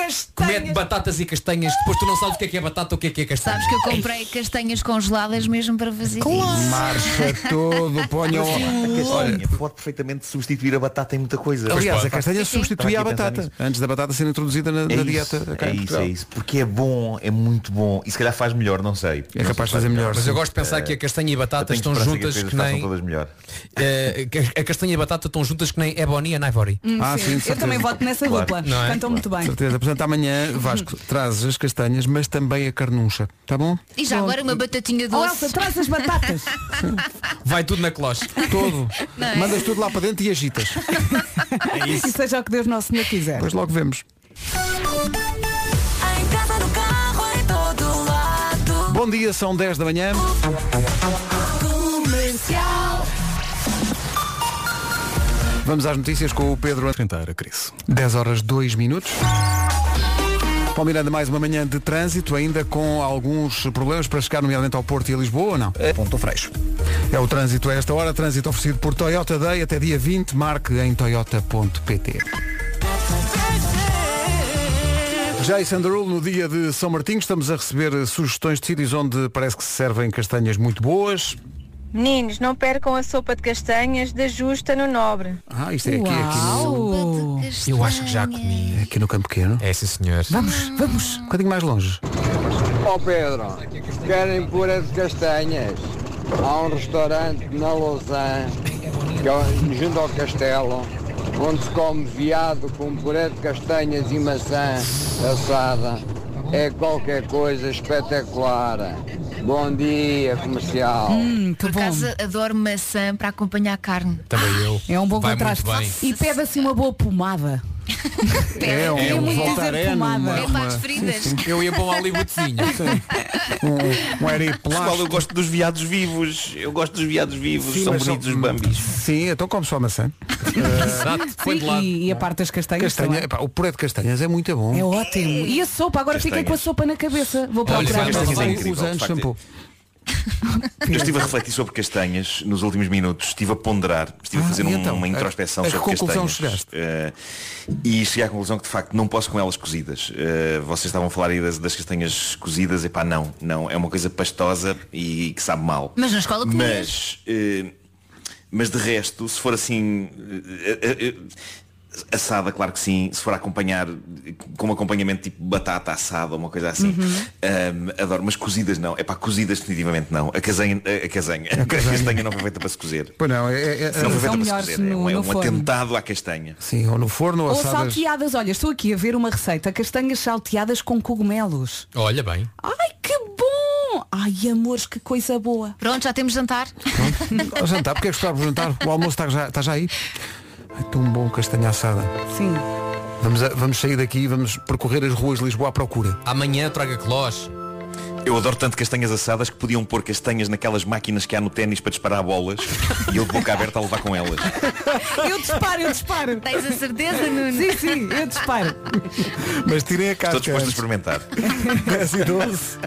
castanhas.
batatas e castanhas, depois tu não sabes o que é que é batata ou o que é que é castanha.
Sabes que eu comprei castanhas congeladas mesmo para fazer isso.
Marcha todo, ponham.
A
Olha,
castanha pode perfeitamente substituir a batata em muita coisa.
aliás, a castanha
substitui
substituía a batata, antes da batata ser introduzida na, na
isso,
dieta. cá
É
em
isso,
Portugal.
é isso. Porque é bom, é muito bom. E se calhar faz melhor, não sei. É.
É capaz de fazer melhor,
Mas eu gosto de pensar que a castanha e batata estão juntas que,
Façam
nem.
todas melhor.
eh, que a castanha e batata estão juntas que nem Ebony e a Ivory.
Hum,
Ah,
sim. eu também voto nessa
Claro.
dupla.
Não é?
Cantam muito bem.
Certeza. Portanto, amanhã, Vasco, trazes as castanhas, mas também a carnuncha. Tá bom?
E já agora uma batatinha
Oh,
doce.
Elsa, traz as batatas.
Vai tudo na cloche.
Todo.
Não é?
Mandas tudo lá para dentro e agitas. É
E seja o que Deus nosso Senhor quiser.
Depois logo vemos. Bom dia, são 10 da manhã. Vamos às notícias com o Pedro Tentar a crise. 10 horas 2 minutos. Paulo Miranda, mais uma manhã de trânsito, ainda com alguns problemas para chegar, nomeadamente ao Porto e a Lisboa, ou não? É. Ponto Freixo. É o trânsito a esta hora, trânsito oferecido por Toyota Day até dia 20, marque em toyota.pt. Já em Sandarul, no dia de São Martinho, estamos a receber eh, sugestões de sítios onde parece que se servem castanhas muito boas.
Meninos, não percam a sopa de castanhas da Justa no Nobre.
Ah, isto é aqui, aqui no...
Eu acho que já comi.
Aqui no Campo Pequeno.
É, sim, senhor.
Vamos, vamos. Um bocadinho mais longe.
Ó Pedro, querem pura de castanhas? Há um restaurante na Lausanne, que é junto ao castelo, onde se come veado com puré de castanhas e maçã assada. É qualquer coisa espetacular. Bom dia, comercial.
Hum, Por acaso adoro maçã para acompanhar a carne.
Também eu.
É um bom
Vai
contraste.
muito bem.
E pede assim uma boa pomada.
É um
É muito dizer
voltaren,
pomada.
uma-
É
uma-
para as feridas.
Sim, sim.
Eu ia para um Hollywoodzinho.
Um, um aeroplástico.
Pessoal, eu gosto dos viados vivos. Eu gosto dos viados vivos.
Sim,
São
mas
bonitos os bambis.
Sim, então come só a maçã.
Exato,
Sim, e, e a parte das castanhas.
Castanha,
também.
epá, o puré de castanhas é muito bom.
É ótimo. E a sopa? Agora fiquei
Castanhas.
com a sopa na cabeça. Vou procurar.
é vai- vai- vai- vai- usando shampoo.
Eu estive a refletir sobre castanhas nos últimos minutos, estive a ponderar, estive
Ah,
a fazer
e
um-
então?
uma introspeção
A- a que
sobre
conclusão
castanhas. Eh, e cheguei à conclusão que de facto não posso com elas cozidas. Eh, vocês estavam a falar aí das, das castanhas cozidas, epá, não, não. É uma coisa pastosa e que sabe mal.
Mas na escola comias.
Mas, eh, mas de resto, se for assim. eh, eh, eh, Assada, claro que sim, se for acompanhar eh, com acompanhamento tipo batata assada, uma coisa assim.
Uhum.
Ahm, adoro, mas cozidas não. É pá, cozidas definitivamente não. A casanha, a, a casanha. A castanha não foi feita para se cozer.
Pois não, é, é, é-
não foi feita para se
melhores
cozer. É um, é
no-
um
no forno.
atentado à castanha.
Sim, ou no forno ou
Ou
assadas.
salteadas, olha, estou aqui a ver uma receita, castanhas salteadas com cogumelos.
Olha bem.
Ai, que bom! Ai, amores, que coisa boa.
Pronto, já temos jantar.
Ao jantar, porque é que esperar por jantar? O almoço está já, está já aí. É tão bom castanha assada.
Sim.
Vamos, a- vamos sair daqui e vamos percorrer as ruas de Lisboa à procura.
Amanhã traga clós.
Eu adoro tanto castanhas assadas que podiam pôr castanhas naquelas máquinas que há no ténis para disparar bolas e eu de boca aberta a levar com elas.
Eu disparo, eu disparo.
Tens a certeza, Nuno?
Sim, sim, eu disparo.
Mas tirem a casca.
Estou disposto a experimentar.
10 e 12.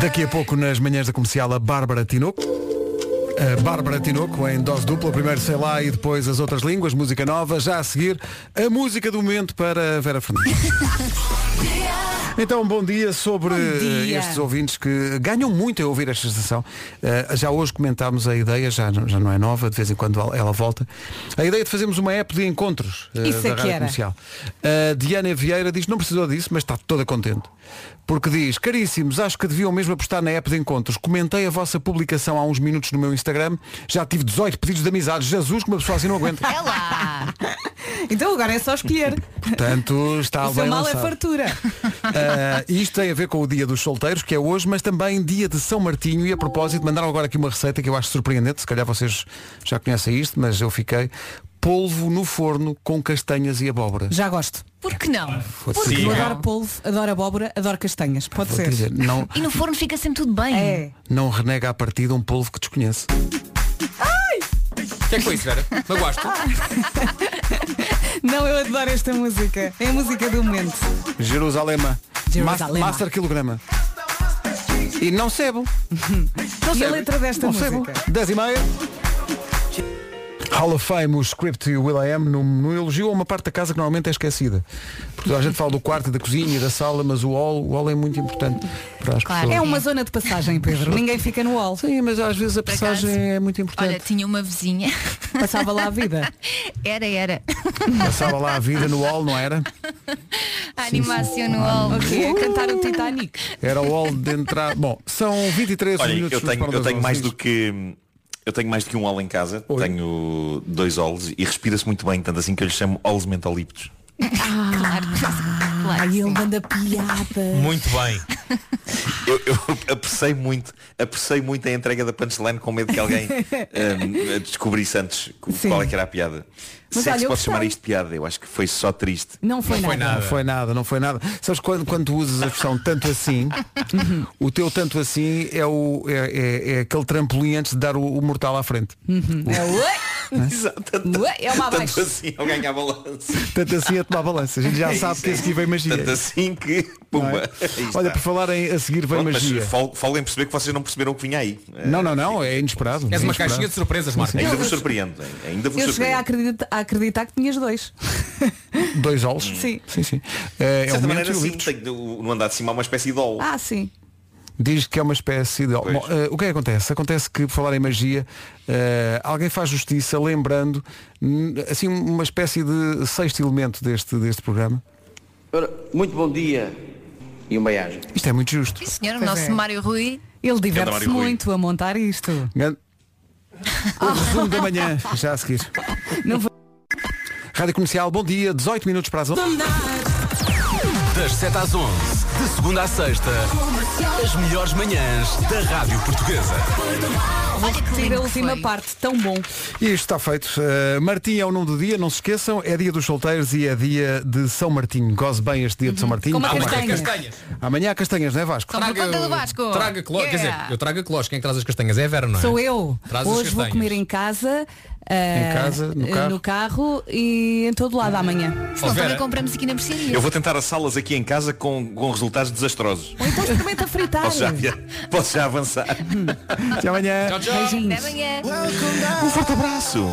Daqui a pouco, nas manhãs da comercial, a Bárbara Tinoco. A Bárbara Tinoco em dose dupla, primeiro sei lá e depois as outras línguas, música nova, já a seguir a música do momento para a Vera Fernandes. Então, bom dia sobre
dia.
estes ouvintes que ganham muito a ouvir esta estação. Eh, já hoje comentámos a ideia, já, já não é nova, de vez em quando ela volta. A ideia de fazermos uma app de encontros eh,
Isso é que
da Rádio
era.
Comercial. A Diana Vieira diz, não precisou disso, mas está toda contente. Porque diz, caríssimos, acho que deviam mesmo apostar na app de encontros. Comentei a vossa publicação há uns minutos no meu Instagram. Já tive 18 pedidos de amizade. Jesus, que uma pessoa assim não aguenta.
Então agora é só escolher.
Portanto, está
o seu
bem
mal é
lançado.
fartura.
Ah, isto tem a ver com o dia dos solteiros, que é hoje, mas também dia de São Martinho. E a propósito, mandaram agora aqui uma receita que eu acho surpreendente. Se calhar vocês já conhecem isto, mas eu fiquei. Polvo no forno com castanhas e abóbora.
Já gosto.
Por que não?
Foda-se.
Eu adoro polvo, adoro abóbora, adoro castanhas. Pode
Vou
ser.
dizer, não,
E no forno fica sempre tudo bem.
É.
não renega à partida um polvo que desconhece.
O que é que foi isso, Vera? Não gosto.
Não, eu adoro esta música. É a música do momento.
Jerusalema.
Jerusalema.
Mas- Master Quilograma. E não sebo.
e a letra desta
não
é
sebo.
música?
10 e meia. Hall of Fame, o script e o Will.i.am no, no elogio a uma parte da casa que normalmente é esquecida. Porque a gente fala do quarto, da cozinha, e da sala, mas o hall, o hall é muito importante para as pessoas.
É uma zona de passagem, Pedro. Ninguém fica no hall.
Sim, mas às vezes a
Por acaso.
passagem é muito importante.
Olha, tinha uma vizinha.
Passava lá a vida.
Era, era.
Passava lá a vida no hall, não era?
A animação no álbum.
Ok, a cantar o Titanic.
Era o hall de entrada. Bom, são 23
Olha,
minutos.
eu
nos
tenho,
para
eu
das
tenho
onze.
mais do que. Eu tenho mais do que um ol em casa, tenho dois ols e respira-se muito bem, tanto assim que eu lhes chamo ols mentolíptos.
claro, claro. Ah, Ai, ele manda piada.
Muito bem. Eu, eu apressei muito, apressei muito a entrega da punchline com medo que alguém hum, descobrisse antes co-
Sim.
qual é que era a piada.
Mas
se é
olha,
que
eu
se pode chamar
gostei.
isto de piada, eu acho que foi só triste.
Não foi Não foi nada. nada.
Não foi nada, não foi nada. Sabes quando, quando tu usas a expressão tanto assim, o teu tanto assim é, o, é, é- é aquele trampolim antes de dar o, o mortal à frente.
É oi. Oi, É uma
Tanto
abaixo.
assim eu ganho a balança.
Tanto assim é tomar balança. A gente já
É
sabe
isso,
que
é
esse aqui vem magia.
Tanto assim que.
Não
Pumba.
é?
Aí
Olha,
está.
por falar em a seguir vem
Pronto,
magia.
Mas fal- falem perceber que vocês não perceberam o que vinha aí. Eh,
Não, não, não, é inesperado.
És
é
uma
inesperado.
caixinha de
surpresas,
Sim, sim.
Ainda vos surpreendo. hein? Ainda vos
Eu cheguei a
surpreendo.
acreditar, a acreditar que tinhas dois.
Dois olhos.
Sim.
Sim, sim. É,
De
é o
certa
momento
maneira,
e o
sim,
livro.
tem, no no andar de cima há uma espécie de ol.
Ah, sim.
Diz que é uma espécie de. Bom, eh, o que é que acontece? Acontece que, por falar em magia, eh, alguém faz justiça lembrando, hum, assim, uma espécie de sexto elemento deste, deste programa.
Ora, muito bom dia e um beijo.
Isto é muito justo.
Sim, senhor, o
Pois
nosso
é.
Mário Rui.
Ele
Mário
diverte-se
Rui.
muito a montar isto.
Gan-
Ah.
O resumo da manhã, já a seguir.
Não
Rádio Comercial, bom dia, 18 minutos para as 11.
Das 7 às 11, de segunda à sexta,
As melhores manhãs da Rádio Portuguesa.
Vou repetir a última parte, tão bom.
E isto está feito. Uh, Martim é o nome do dia, não se esqueçam, é dia dos solteiros e é dia de São Martinho. Goze bem este dia de São Martinho.
Uhum. Como a
Amanhã-
castanha.
Amanhã há castanhas, não é Vasco?
Só por conta do Vasco.
Traga cló, quer dizer,
Yeah.
eu trago a cloche, quem é que traz as castanhas é a Vera, não é?
Sou eu.
Traz as
Hoje vou
castanhas.
comer em casa. eh,
Em casa, no
eh,
carro.
carro e em todo lado amanhã.
Senão também compramos aqui na mercearia.
Eu vou tentar assá-las aqui em casa com, com resultados desastrosos.
Ou então experimenta
Tá
fritar.
Posso já, posso já avançar.
Até amanhã. Hum. Tchau,
Até amanhã.
Um forte abraço.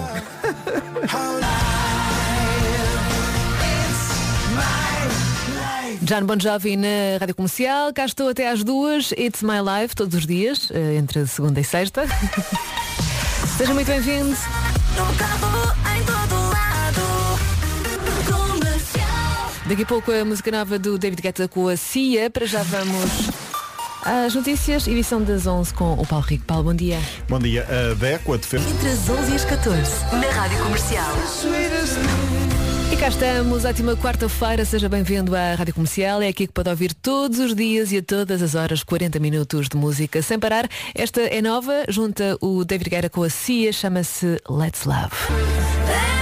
John Bon Jovi na Rádio Comercial, cá estou até às duas, It's My Life, todos os dias, eh, entre segunda e sexta. Sejam muito bem-vindos. Daqui a pouco a música nova do David Guetta com a CIA, para já vamos às notícias, edição das 11 com o Paulo Rico. Paulo, bom dia.
Bom dia, a DECO, a defesa...
Entre as 11 e as 14, na Rádio Comercial. E cá estamos, ótima quarta-feira, seja bem-vindo à Rádio Comercial. É aqui que pode ouvir todos os dias e a todas as horas 40 minutos de música sem parar. Esta é nova, junta o David Guerra com a CIA, chama-se Let's Love.